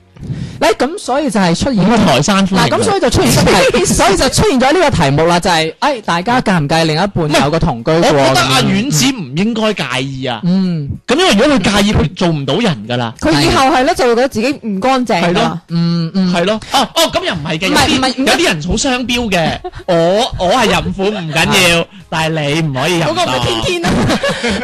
[SPEAKER 3] 嗱咁所以就係出現
[SPEAKER 4] 咁台山
[SPEAKER 3] 嗯嗱
[SPEAKER 4] 歡迎
[SPEAKER 3] 咁所
[SPEAKER 4] 佢。
[SPEAKER 3] 以就出現咗題，所以就出現咗呢個題目啦，就係誒大家介唔介意另一半有個同居過
[SPEAKER 4] 我
[SPEAKER 3] 咁樣？
[SPEAKER 4] 覺得阿丸子唔應該介意啊，
[SPEAKER 3] 嗯
[SPEAKER 4] 咁因為如果佢介意，佢做唔到人噶啦，
[SPEAKER 1] 佢以後係咧就會覺得自己唔乾淨㗎啊
[SPEAKER 4] 係
[SPEAKER 1] 啦
[SPEAKER 4] 咯。
[SPEAKER 3] 嗯嗯，
[SPEAKER 4] 係咯，哦哦，咁又唔係嘅，有
[SPEAKER 1] 唔係唔係
[SPEAKER 4] 啲
[SPEAKER 1] 唔
[SPEAKER 4] 有啲人好雙標嘅，我我係淫婦唔緊要，但係你唔可以淫
[SPEAKER 1] 嗰個咪天
[SPEAKER 4] 蕩，
[SPEAKER 1] 天啦，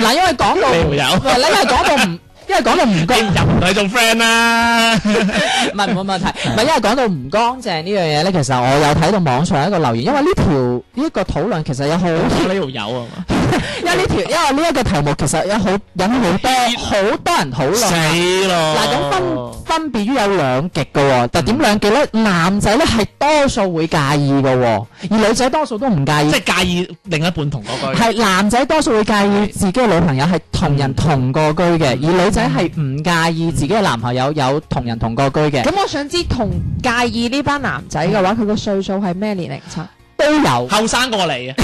[SPEAKER 3] 嗱因為講到
[SPEAKER 4] 你會
[SPEAKER 3] 喂
[SPEAKER 4] 有，
[SPEAKER 3] 嗱因為講到唔。因為講到唔
[SPEAKER 4] 你
[SPEAKER 3] 乾，
[SPEAKER 4] 唔淫同佢做 friend 啦，
[SPEAKER 3] 唔係冇問題。唔係因為講到唔乾淨呢樣嘢咧，其實我有睇到網上一個留言，因為呢條呢一個討論其實有好
[SPEAKER 4] 呢度有啊嘛，
[SPEAKER 3] 因為呢條，因為呢一個題目其實有好引好多好多人
[SPEAKER 4] [laughs]
[SPEAKER 3] 討
[SPEAKER 4] 死
[SPEAKER 3] 論。
[SPEAKER 4] 咯，
[SPEAKER 3] 嗱，咁分分別於有兩極嘅喎，但點兩極咧？男仔咧係多數會介意嘅喎，而女仔多數都唔介意
[SPEAKER 4] 即。係介意另一半同嗰句，
[SPEAKER 3] 係男仔多數會介意自己嘅女朋友係同人同過居嘅，而女仔係唔介意自己嘅男朋友有同人同過居嘅，
[SPEAKER 1] 咁我想知同介意呢班男仔嘅話，佢個歲數係咩年齡層？
[SPEAKER 3] 都有，
[SPEAKER 4] 後生過你啊，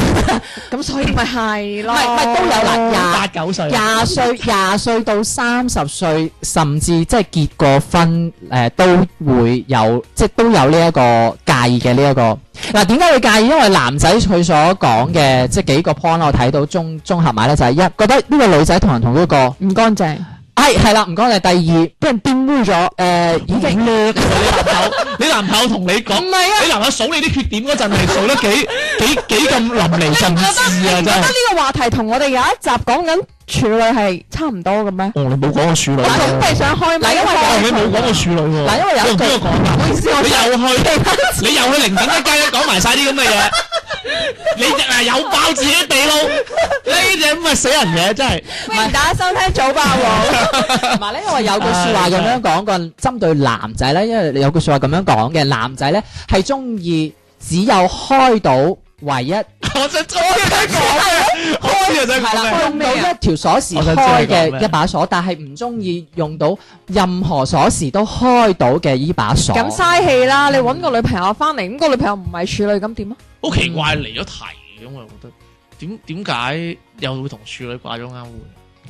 [SPEAKER 1] 咁所以咪係咯，
[SPEAKER 3] 唔係唔係都有啦，廿
[SPEAKER 4] 八九歲，
[SPEAKER 3] 廿歲、廿歲到三十歲，甚至即係結過婚，誒、都會有，即係都有呢一個介意嘅呢一個。嗱，點解會介意？因為男仔佢所講嘅即係幾個 point 我睇到綜綜合埋咧，就係、一覺得呢個女仔同人同居過，
[SPEAKER 1] 唔乾淨。
[SPEAKER 3] 係係啦，唔該你。第二俾人玷污咗，誒、已經
[SPEAKER 4] 你男朋友，你男朋友同你講，
[SPEAKER 1] 唔係啊
[SPEAKER 4] 你男朋友數你啲缺點嗰陣，係數得幾幾幾咁淋漓盡致啊，
[SPEAKER 1] 你
[SPEAKER 4] 真
[SPEAKER 1] 覺得
[SPEAKER 4] 係。
[SPEAKER 1] 呢個話題同我哋有一集講緊處女係差唔多嘅咩？
[SPEAKER 4] 哦，你冇講過處女
[SPEAKER 1] 我準備想開咪，因
[SPEAKER 4] 哦，你
[SPEAKER 1] 為
[SPEAKER 4] 冇講過處女喎。
[SPEAKER 3] 嗱因為有一
[SPEAKER 4] 你同邊個講㗎？
[SPEAKER 1] 我意思我
[SPEAKER 4] 你又去，你又去零點一加一講埋晒啲咁嘅
[SPEAKER 3] [laughs]
[SPEAKER 4] 嘢，你嗱又爆自己地撈，呢只咁嘅死人嘢真係。
[SPEAKER 1] 歡迎大家收聽早
[SPEAKER 4] [laughs]
[SPEAKER 1] 霸王。
[SPEAKER 3] 同埋咧，因為有句説話咁樣講過，針對男仔咧，因為有句説話咁樣講嘅，男仔咧係中意只有開到唯一。
[SPEAKER 4] 我想我聽講咩？開知啊真係
[SPEAKER 3] 係
[SPEAKER 4] 講
[SPEAKER 3] 啦，
[SPEAKER 4] 咩
[SPEAKER 3] 用到一條鎖匙
[SPEAKER 4] 我想知你
[SPEAKER 3] 開
[SPEAKER 4] 講咩
[SPEAKER 3] 嘅一把鎖，但係唔中意用到任何鎖匙都開到嘅依把鎖。
[SPEAKER 1] 咁嘥氣啦！你揾個女朋友翻嚟，咁個女朋友唔係處女，咁點啊？
[SPEAKER 4] 好奇怪離咗題咁，我又覺得點點解又會同處女掛咗啱會？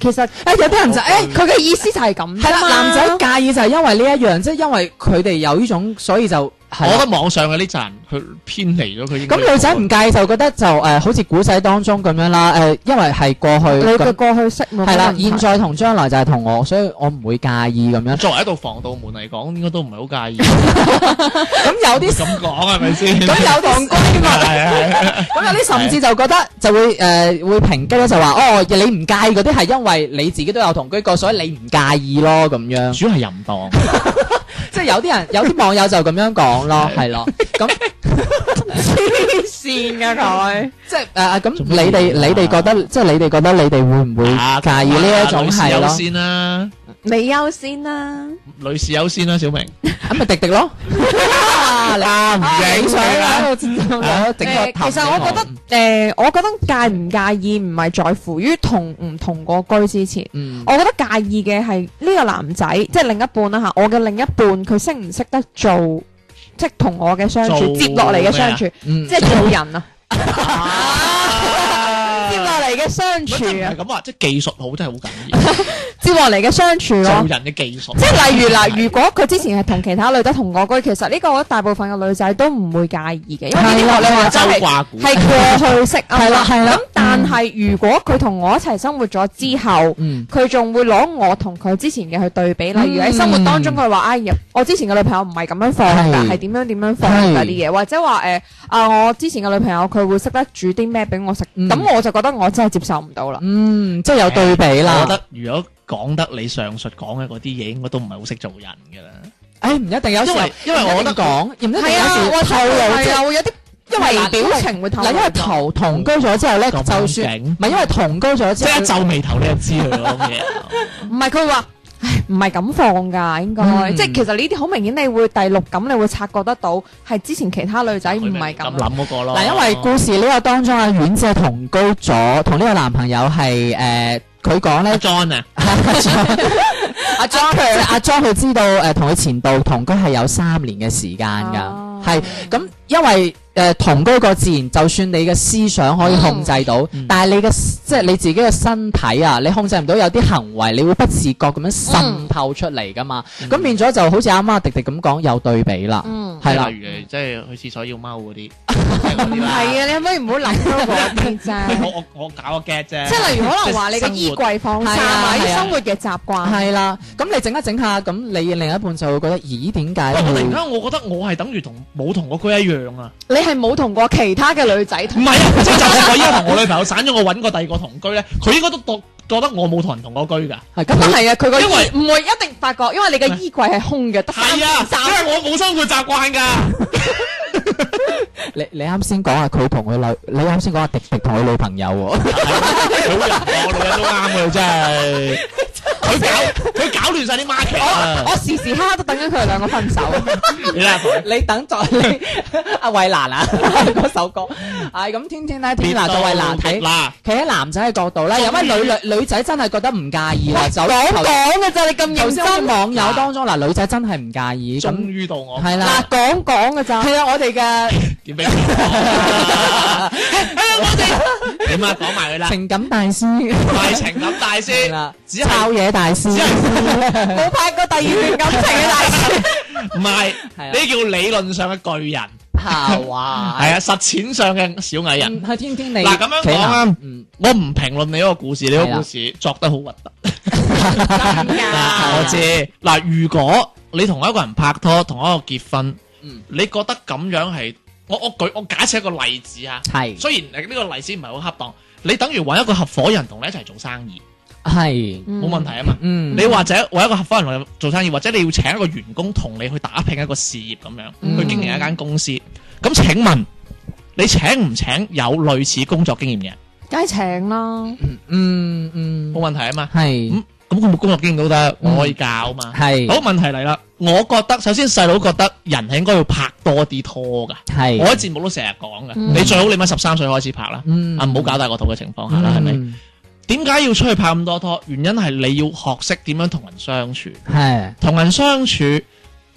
[SPEAKER 1] 其實
[SPEAKER 3] 誒有啲人就誒
[SPEAKER 1] 佢嘅意思哦就係咁
[SPEAKER 3] 係
[SPEAKER 1] 啫
[SPEAKER 3] 啦，
[SPEAKER 1] 嘛
[SPEAKER 3] 男仔介意就係因為呢一樣，即係因為佢哋有呢種，所以就
[SPEAKER 4] 我
[SPEAKER 3] 係
[SPEAKER 4] 覺
[SPEAKER 3] 啦
[SPEAKER 4] 得網上嘅呢陣佢偏離咗佢應該
[SPEAKER 3] 咁女仔唔介意就覺得就誒、呃好似古仔當中咁樣啦，誒、因為係過去
[SPEAKER 1] 你嘅
[SPEAKER 3] 咁
[SPEAKER 1] 過去式冇
[SPEAKER 3] 係啦，現
[SPEAKER 1] 現
[SPEAKER 3] 在同將來就係同我，所以我唔會介意咁樣。
[SPEAKER 4] 作為一道防盜門嚟講，應該都唔係好介意
[SPEAKER 3] [laughs] 咁有 [laughs] 啲
[SPEAKER 4] 咁講係咪先？
[SPEAKER 3] [laughs] 咁
[SPEAKER 4] [laughs]
[SPEAKER 3] 有 [laughs] 啲
[SPEAKER 4] 係係係
[SPEAKER 3] 咁有啲甚至就覺得 [laughs] 就會誒、呃、會抨擊咧，就話哦你唔介意嗰啲係因為你自己都有同居過，所以你唔介意咯 [laughs] 咁樣。
[SPEAKER 4] 主要係淫蕩，
[SPEAKER 3] 即係有啲人有啲網友就咁樣講 [laughs] 咯，係咯。咁
[SPEAKER 1] 線嘅佢，
[SPEAKER 3] 即係誒咁
[SPEAKER 4] 做乜嘢
[SPEAKER 3] 你哋你哋覺得即係你哋覺得你哋會唔會
[SPEAKER 4] 啊
[SPEAKER 3] 介意呢一種係
[SPEAKER 4] 女士優
[SPEAKER 3] 咯？
[SPEAKER 4] 先啦，
[SPEAKER 8] 你優先啦，
[SPEAKER 4] 女士優先啦，小明
[SPEAKER 3] 咁咪迪迪 [laughs] 咯，
[SPEAKER 4] 啱
[SPEAKER 3] 你想 [laughs]
[SPEAKER 4] 啦，
[SPEAKER 3] 喺度我整個頭
[SPEAKER 1] 誒呃其實我覺得誒、我覺得介唔介意唔係在乎於同唔同個居之前。
[SPEAKER 3] 嗯
[SPEAKER 1] 我覺得介意嘅係呢個男仔，即係另一半啦嚇，我嘅另一半佢識唔識得做，即係同我嘅相處，
[SPEAKER 4] 做
[SPEAKER 1] 接落嚟嘅相處，
[SPEAKER 3] 嗯
[SPEAKER 1] 即係做人啊，
[SPEAKER 4] [laughs]
[SPEAKER 1] 接落
[SPEAKER 4] 啊
[SPEAKER 1] 嚟嘅相
[SPEAKER 4] [laughs] 唔
[SPEAKER 1] 處
[SPEAKER 4] 係，
[SPEAKER 1] 啊
[SPEAKER 4] 咁啊，即係技術好真係好緊
[SPEAKER 1] 接落嚟嘅相處
[SPEAKER 4] 要，
[SPEAKER 1] 咯
[SPEAKER 4] 做。人嘅技術。
[SPEAKER 1] 即係例如嗱，如果佢之前係同其他女仔同過居，其實呢個我覺得大部分嘅女仔都唔會介意嘅，因為呢
[SPEAKER 3] 係
[SPEAKER 1] 啲
[SPEAKER 3] 啦
[SPEAKER 1] 學你話
[SPEAKER 4] 周
[SPEAKER 1] 真係
[SPEAKER 4] 掛股
[SPEAKER 1] 係過去式啊嘛。
[SPEAKER 3] 係啦係啦
[SPEAKER 1] 咁但係如果佢同我一齊生活咗之後，
[SPEAKER 3] 嗯
[SPEAKER 1] 佢仲會攞我同佢之前嘅去對比，例如喺生活當中佢話：哎呀，我之前嘅女朋友唔係咁樣放㗎，
[SPEAKER 3] 係
[SPEAKER 1] 係點樣點樣放
[SPEAKER 3] 係
[SPEAKER 1] 㗎啲嘢，或者話誒啊，我之前嘅女朋友佢會識得煮啲咩俾我食，
[SPEAKER 3] 嗯
[SPEAKER 1] 咁我就覺得我真係接受唔到啦。
[SPEAKER 3] 嗯，即係有對比
[SPEAKER 4] 我
[SPEAKER 3] 啦
[SPEAKER 4] 覺。得如果講得你上述講嘅嗰啲嘢，應該都唔係好識做人㗎啦。
[SPEAKER 3] 誒哎唔一定有時候
[SPEAKER 4] 因為因為我覺得
[SPEAKER 3] 唔一定講，唔一定
[SPEAKER 1] 係
[SPEAKER 3] 有
[SPEAKER 1] 啊，
[SPEAKER 3] 時
[SPEAKER 1] 我
[SPEAKER 3] 透露即
[SPEAKER 1] 係
[SPEAKER 3] 係
[SPEAKER 1] 啊，會有啲
[SPEAKER 3] 因
[SPEAKER 1] 因
[SPEAKER 3] 為
[SPEAKER 1] 為表情會透露
[SPEAKER 3] 嗱，因為
[SPEAKER 1] 咗
[SPEAKER 3] 同同居咗之後咧，
[SPEAKER 4] 咁
[SPEAKER 3] 就算
[SPEAKER 4] 勁
[SPEAKER 3] 唔係因為同居咗
[SPEAKER 4] 即
[SPEAKER 3] 之
[SPEAKER 4] 係
[SPEAKER 3] 後
[SPEAKER 4] 一，皺眉頭，你就知佢咯咁嘢。
[SPEAKER 1] 唔係佢話，唉，唔係咁放㗎，應該，
[SPEAKER 3] 嗯
[SPEAKER 1] 即係其實呢啲好明顯，你會第六感，你會察覺得到係之前其他女仔唔係
[SPEAKER 4] 咁
[SPEAKER 1] 咁。
[SPEAKER 4] 諗嗰個咯。
[SPEAKER 3] 嗱，因為故事呢個當中阿丸姐同居咗，同呢個男朋友係誒，佢講
[SPEAKER 4] 阿
[SPEAKER 3] 咧
[SPEAKER 4] John 啊，
[SPEAKER 3] [laughs] 阿 John 佢阿 John 佢知道誒，同佢前度同居係有三年嘅時間㗎
[SPEAKER 1] 哦，
[SPEAKER 3] 係咁，因為誒同居個自然，就算你嘅思想可以控制到
[SPEAKER 4] 嗯，
[SPEAKER 3] 但係你嘅即係你自己嘅身體啊，你控制唔到有啲行為，你會不自覺咁樣滲透出嚟㗎嘛，
[SPEAKER 4] 嗯
[SPEAKER 3] 咁變咗就好似啱啱阿迪迪咁講，有對比啦，
[SPEAKER 1] 嗯，
[SPEAKER 3] 係啦
[SPEAKER 4] 例。如即係去廁所要踎嗰啲，即係嗰啲
[SPEAKER 1] 唔係
[SPEAKER 4] 啦。
[SPEAKER 1] 啊，你可唔可以唔好諗多嗰啲
[SPEAKER 3] [laughs]
[SPEAKER 1] 啫？
[SPEAKER 4] [laughs] 我我我搞個 get 啫。
[SPEAKER 1] 即係例如可能話你個衣櫃放衫
[SPEAKER 3] 係
[SPEAKER 1] 啊，
[SPEAKER 3] 啊係
[SPEAKER 1] 啲
[SPEAKER 3] 啊
[SPEAKER 1] 生活嘅習慣，
[SPEAKER 3] 係啦，咁你整一整下，咁你另一半就會覺得，咦，點解
[SPEAKER 4] [laughs] 喂我突然
[SPEAKER 3] 會？
[SPEAKER 4] 間我覺得我係等於同冇同個區一樣啊。
[SPEAKER 1] 你係冇同過其他嘅女仔
[SPEAKER 4] 唔
[SPEAKER 1] 同
[SPEAKER 4] 係啊，即係就算我依家同我女朋友散咗，我揾個第二個同居咧，佢應該都覺覺得我冇同人同過居㗎。
[SPEAKER 3] 係
[SPEAKER 1] 咁
[SPEAKER 3] 咁
[SPEAKER 1] 但係啊，佢個衣
[SPEAKER 4] 因為
[SPEAKER 1] 唔會一定發覺，因為你嘅衣櫃係空嘅，得三
[SPEAKER 4] 係
[SPEAKER 1] 件
[SPEAKER 4] 啊，
[SPEAKER 1] 衫。
[SPEAKER 4] 因為我冇生活習慣㗎。
[SPEAKER 3] 你你啱先講下佢同佢女，你啱先講下迪迪同佢女朋友喎，
[SPEAKER 4] 啊好人我女人都啱嘅
[SPEAKER 3] [laughs]
[SPEAKER 4] 真係。佢搞佢搞亂晒啲 market
[SPEAKER 3] 哦
[SPEAKER 4] 啊
[SPEAKER 1] 我！時時刻刻都等緊佢哋兩個分手。啊
[SPEAKER 3] 啊
[SPEAKER 4] 你啦，
[SPEAKER 3] 你等咗你 [laughs] 阿衛蘭啊 [laughs] 嗰首歌，係咁天天咧，天娜作為男睇，
[SPEAKER 4] 嗱，
[SPEAKER 3] 企喺男仔嘅角度咧，有乜女女女仔真係覺得唔介意啦，就
[SPEAKER 1] 講
[SPEAKER 3] 頭
[SPEAKER 1] 講嘅啫，你
[SPEAKER 3] 頭
[SPEAKER 1] 咁認
[SPEAKER 3] 先
[SPEAKER 1] 真。
[SPEAKER 3] 啲網友當中嗱，女仔真係唔介意，
[SPEAKER 4] 終
[SPEAKER 3] 咁
[SPEAKER 4] 於到我
[SPEAKER 3] 係啦
[SPEAKER 1] 嗱，，講講嘅咋。
[SPEAKER 3] 係啊，我哋嘅
[SPEAKER 4] 點俾佢講？我哋點啊？講埋佢啦，
[SPEAKER 3] 情感大師。
[SPEAKER 4] 大情感大
[SPEAKER 3] 係
[SPEAKER 4] 師
[SPEAKER 3] 啦，
[SPEAKER 4] 只係
[SPEAKER 3] [laughs] 抄嘢大師，
[SPEAKER 4] 只係
[SPEAKER 1] 冇拍過第二段感情
[SPEAKER 3] [laughs]
[SPEAKER 1] 嘅大師，
[SPEAKER 4] 唔係
[SPEAKER 3] 係啊
[SPEAKER 4] 呢叫理論上嘅巨人，
[SPEAKER 3] 嚇哇！
[SPEAKER 4] 係啊，實踐上嘅小矮人。
[SPEAKER 3] 係天天你
[SPEAKER 4] 嗱咁樣
[SPEAKER 3] 企
[SPEAKER 4] 講啊
[SPEAKER 3] 立嗯，
[SPEAKER 4] 我唔評論你嗰個故事，你嗰
[SPEAKER 3] 係
[SPEAKER 4] 個
[SPEAKER 3] 啦
[SPEAKER 4] 故事作得好核突。
[SPEAKER 3] 啊
[SPEAKER 4] 我知嗱，如果你同一個人拍拖，同一個結婚，
[SPEAKER 3] 嗯
[SPEAKER 4] 你覺得咁樣係我我舉我假設一個例子啊，
[SPEAKER 3] 係
[SPEAKER 4] 雖然呢個例子唔係好恰當，你等於揾一個合夥人同你一齊做生意，
[SPEAKER 3] 係，
[SPEAKER 4] 冇問題啊嘛。
[SPEAKER 3] 嗯，
[SPEAKER 4] 你或者揾一個合夥人同你做生意，或者你要請一個員工同你去打拼一個事業咁樣，
[SPEAKER 3] 嗯
[SPEAKER 4] 去經營一間公司。咁請問你請唔請有類似工作經驗嘅人？
[SPEAKER 1] 梗係請啦。
[SPEAKER 3] 嗯嗯嗯，
[SPEAKER 4] 冇問題啊嘛。
[SPEAKER 3] 係
[SPEAKER 4] 咁咁佢冇工作經驗都得，我可以教啊嘛。
[SPEAKER 3] 嗯係
[SPEAKER 4] 好問題嚟啦，我覺得首先細佬覺得人係應該要拍多啲拖噶。
[SPEAKER 3] 係
[SPEAKER 4] 我喺節目都成日講嘅，
[SPEAKER 3] 嗯
[SPEAKER 4] 你最好你咪十三歲開始拍啦，
[SPEAKER 3] 嗯
[SPEAKER 4] 啊唔好搞大個肚嘅情況下啦，係咪？點解要出去拍咁多拖？原因係你要學識點樣同人相處，
[SPEAKER 3] 係
[SPEAKER 4] 同人相處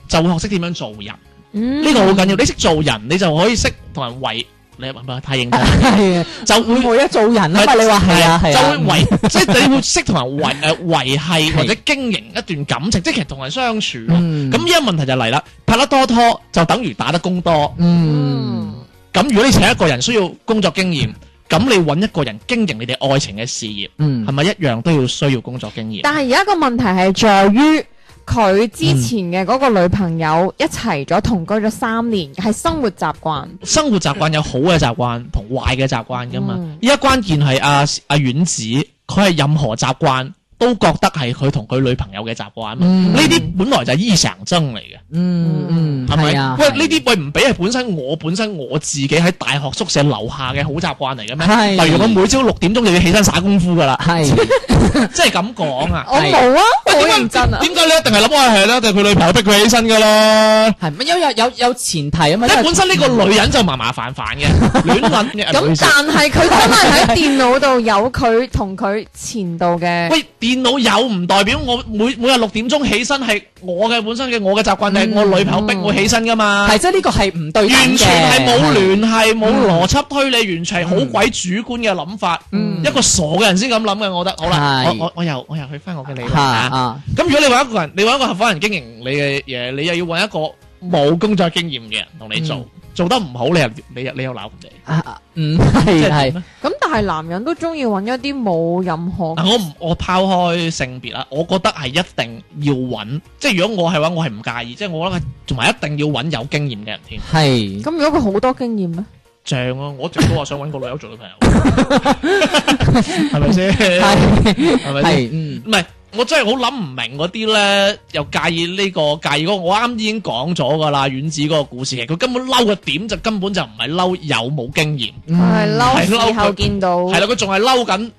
[SPEAKER 4] 就會學識點樣做人，呢、
[SPEAKER 1] 嗯
[SPEAKER 4] 個好緊要。你識做人，你就可以識同人為你係咪太認真？
[SPEAKER 3] [laughs] 係啊，
[SPEAKER 4] 就會
[SPEAKER 3] 每一做 [laughs] 人啊嘛，
[SPEAKER 4] 係
[SPEAKER 3] 你話係啊係
[SPEAKER 4] 就
[SPEAKER 3] 啊，
[SPEAKER 4] 會
[SPEAKER 3] [laughs]
[SPEAKER 4] 維，即係你會識同人維誒維係
[SPEAKER 3] 係
[SPEAKER 4] 或者經營一段感情，即係其實同人相處啊。
[SPEAKER 3] 嗯
[SPEAKER 4] 咁依家問題就嚟啦，拍得多拖就等於打得工多。
[SPEAKER 3] 嗯
[SPEAKER 4] 咁如果你請一個人需要工作經驗，咁你揾一個人經營你哋愛情嘅事業，
[SPEAKER 3] 嗯
[SPEAKER 4] 係咪一樣都要需要工作經驗？
[SPEAKER 1] 但係而家個問題係在於佢之前嘅嗰個女朋友一齊咗同居咗三年，係生活習慣。
[SPEAKER 4] 生活習慣有好嘅習慣同壞嘅習慣噶嘛
[SPEAKER 1] 嗯。
[SPEAKER 4] 依家、關鍵係阿阿丸子，佢係任何習慣都覺得係佢同佢女朋友嘅習慣嘛。
[SPEAKER 3] 嗯
[SPEAKER 4] 呢啲、本來就係依常爭嚟嘅。
[SPEAKER 3] 嗯嗯，
[SPEAKER 4] 係
[SPEAKER 3] 係
[SPEAKER 4] 咪
[SPEAKER 9] à.
[SPEAKER 3] 啊？，
[SPEAKER 4] 喂，呢啲喂唔俾係本身我本身我自己喺大學宿舍樓下嘅好習慣嚟嘅
[SPEAKER 3] 係
[SPEAKER 4] 咩？例如我每朝六點鐘就要起身耍功夫噶啦，
[SPEAKER 3] 係
[SPEAKER 4] 即係咁講啊！
[SPEAKER 1] 我冇啊，好
[SPEAKER 4] 喂 [laughs]
[SPEAKER 1] 認真啊！
[SPEAKER 4] 點解你一定係諗我係咧？定係佢女朋友逼佢起身噶啦？
[SPEAKER 3] 係咪？因為有有有前提啊嘛，
[SPEAKER 4] 即
[SPEAKER 3] 因
[SPEAKER 4] 係
[SPEAKER 3] 為
[SPEAKER 4] 本身呢個女人就麻麻煩煩嘅，亂諗嘅。唔好意
[SPEAKER 1] 咁
[SPEAKER 4] 思
[SPEAKER 1] 但係佢真係喺電腦度有佢同佢前度嘅，
[SPEAKER 4] 喂，電腦有唔代表我每每日六點鐘起身係我嘅本身嘅我嘅習慣，定係我女朋友逼我起身噶嘛？
[SPEAKER 3] 係即係呢個係唔對等
[SPEAKER 4] [laughs]
[SPEAKER 3] 嘅
[SPEAKER 4] 完全係冇聯繫、冇邏輯推理，完全係好鬼主觀嘅諗法。
[SPEAKER 3] 嗯
[SPEAKER 4] 一個傻嘅人先咁諗嘅，我覺得。好啦，我
[SPEAKER 3] 係
[SPEAKER 4] 我我又我又去翻我嘅理論
[SPEAKER 3] 嚇
[SPEAKER 4] 啊。
[SPEAKER 3] 啊，
[SPEAKER 4] 咁如果你揾一個人，你揾一個合夥人經營你嘅嘢，你又要揾一個冇工作經驗嘅人同你做
[SPEAKER 3] 嗯，
[SPEAKER 4] 做得唔好你又你又你又鬧人哋。
[SPEAKER 3] 啊啊嗯
[SPEAKER 4] [laughs] 即
[SPEAKER 3] 係
[SPEAKER 4] 係
[SPEAKER 3] 係
[SPEAKER 4] 點。咧
[SPEAKER 1] 咁但係男人都中意揾一啲冇任何
[SPEAKER 4] 嗱，我唔我拋開性別啦，我覺得係一定要揾，即係如果我係話，我係唔介意，即係我覺得係同埋一定要揾有經驗嘅人添。
[SPEAKER 3] 係
[SPEAKER 1] 咁如果佢好多經驗咧，
[SPEAKER 4] 正啊！我一直都話想揾個女友做女朋友，
[SPEAKER 3] [laughs]
[SPEAKER 4] 係咪先？
[SPEAKER 3] 係
[SPEAKER 4] 係咪先？
[SPEAKER 3] 係嗯
[SPEAKER 4] 唔係，我真係好諗唔明嗰啲咧，又介意呢、個介意嗰、個。我啱已經講咗㗎啦，丸子嗰個故事其實佢根本嬲嘅點就根本就唔係嬲有冇經驗，
[SPEAKER 1] 係嬲
[SPEAKER 4] 係嬲
[SPEAKER 1] 事後
[SPEAKER 4] 佢
[SPEAKER 1] 見到，
[SPEAKER 3] 哦
[SPEAKER 4] 係啦，佢仲係嬲緊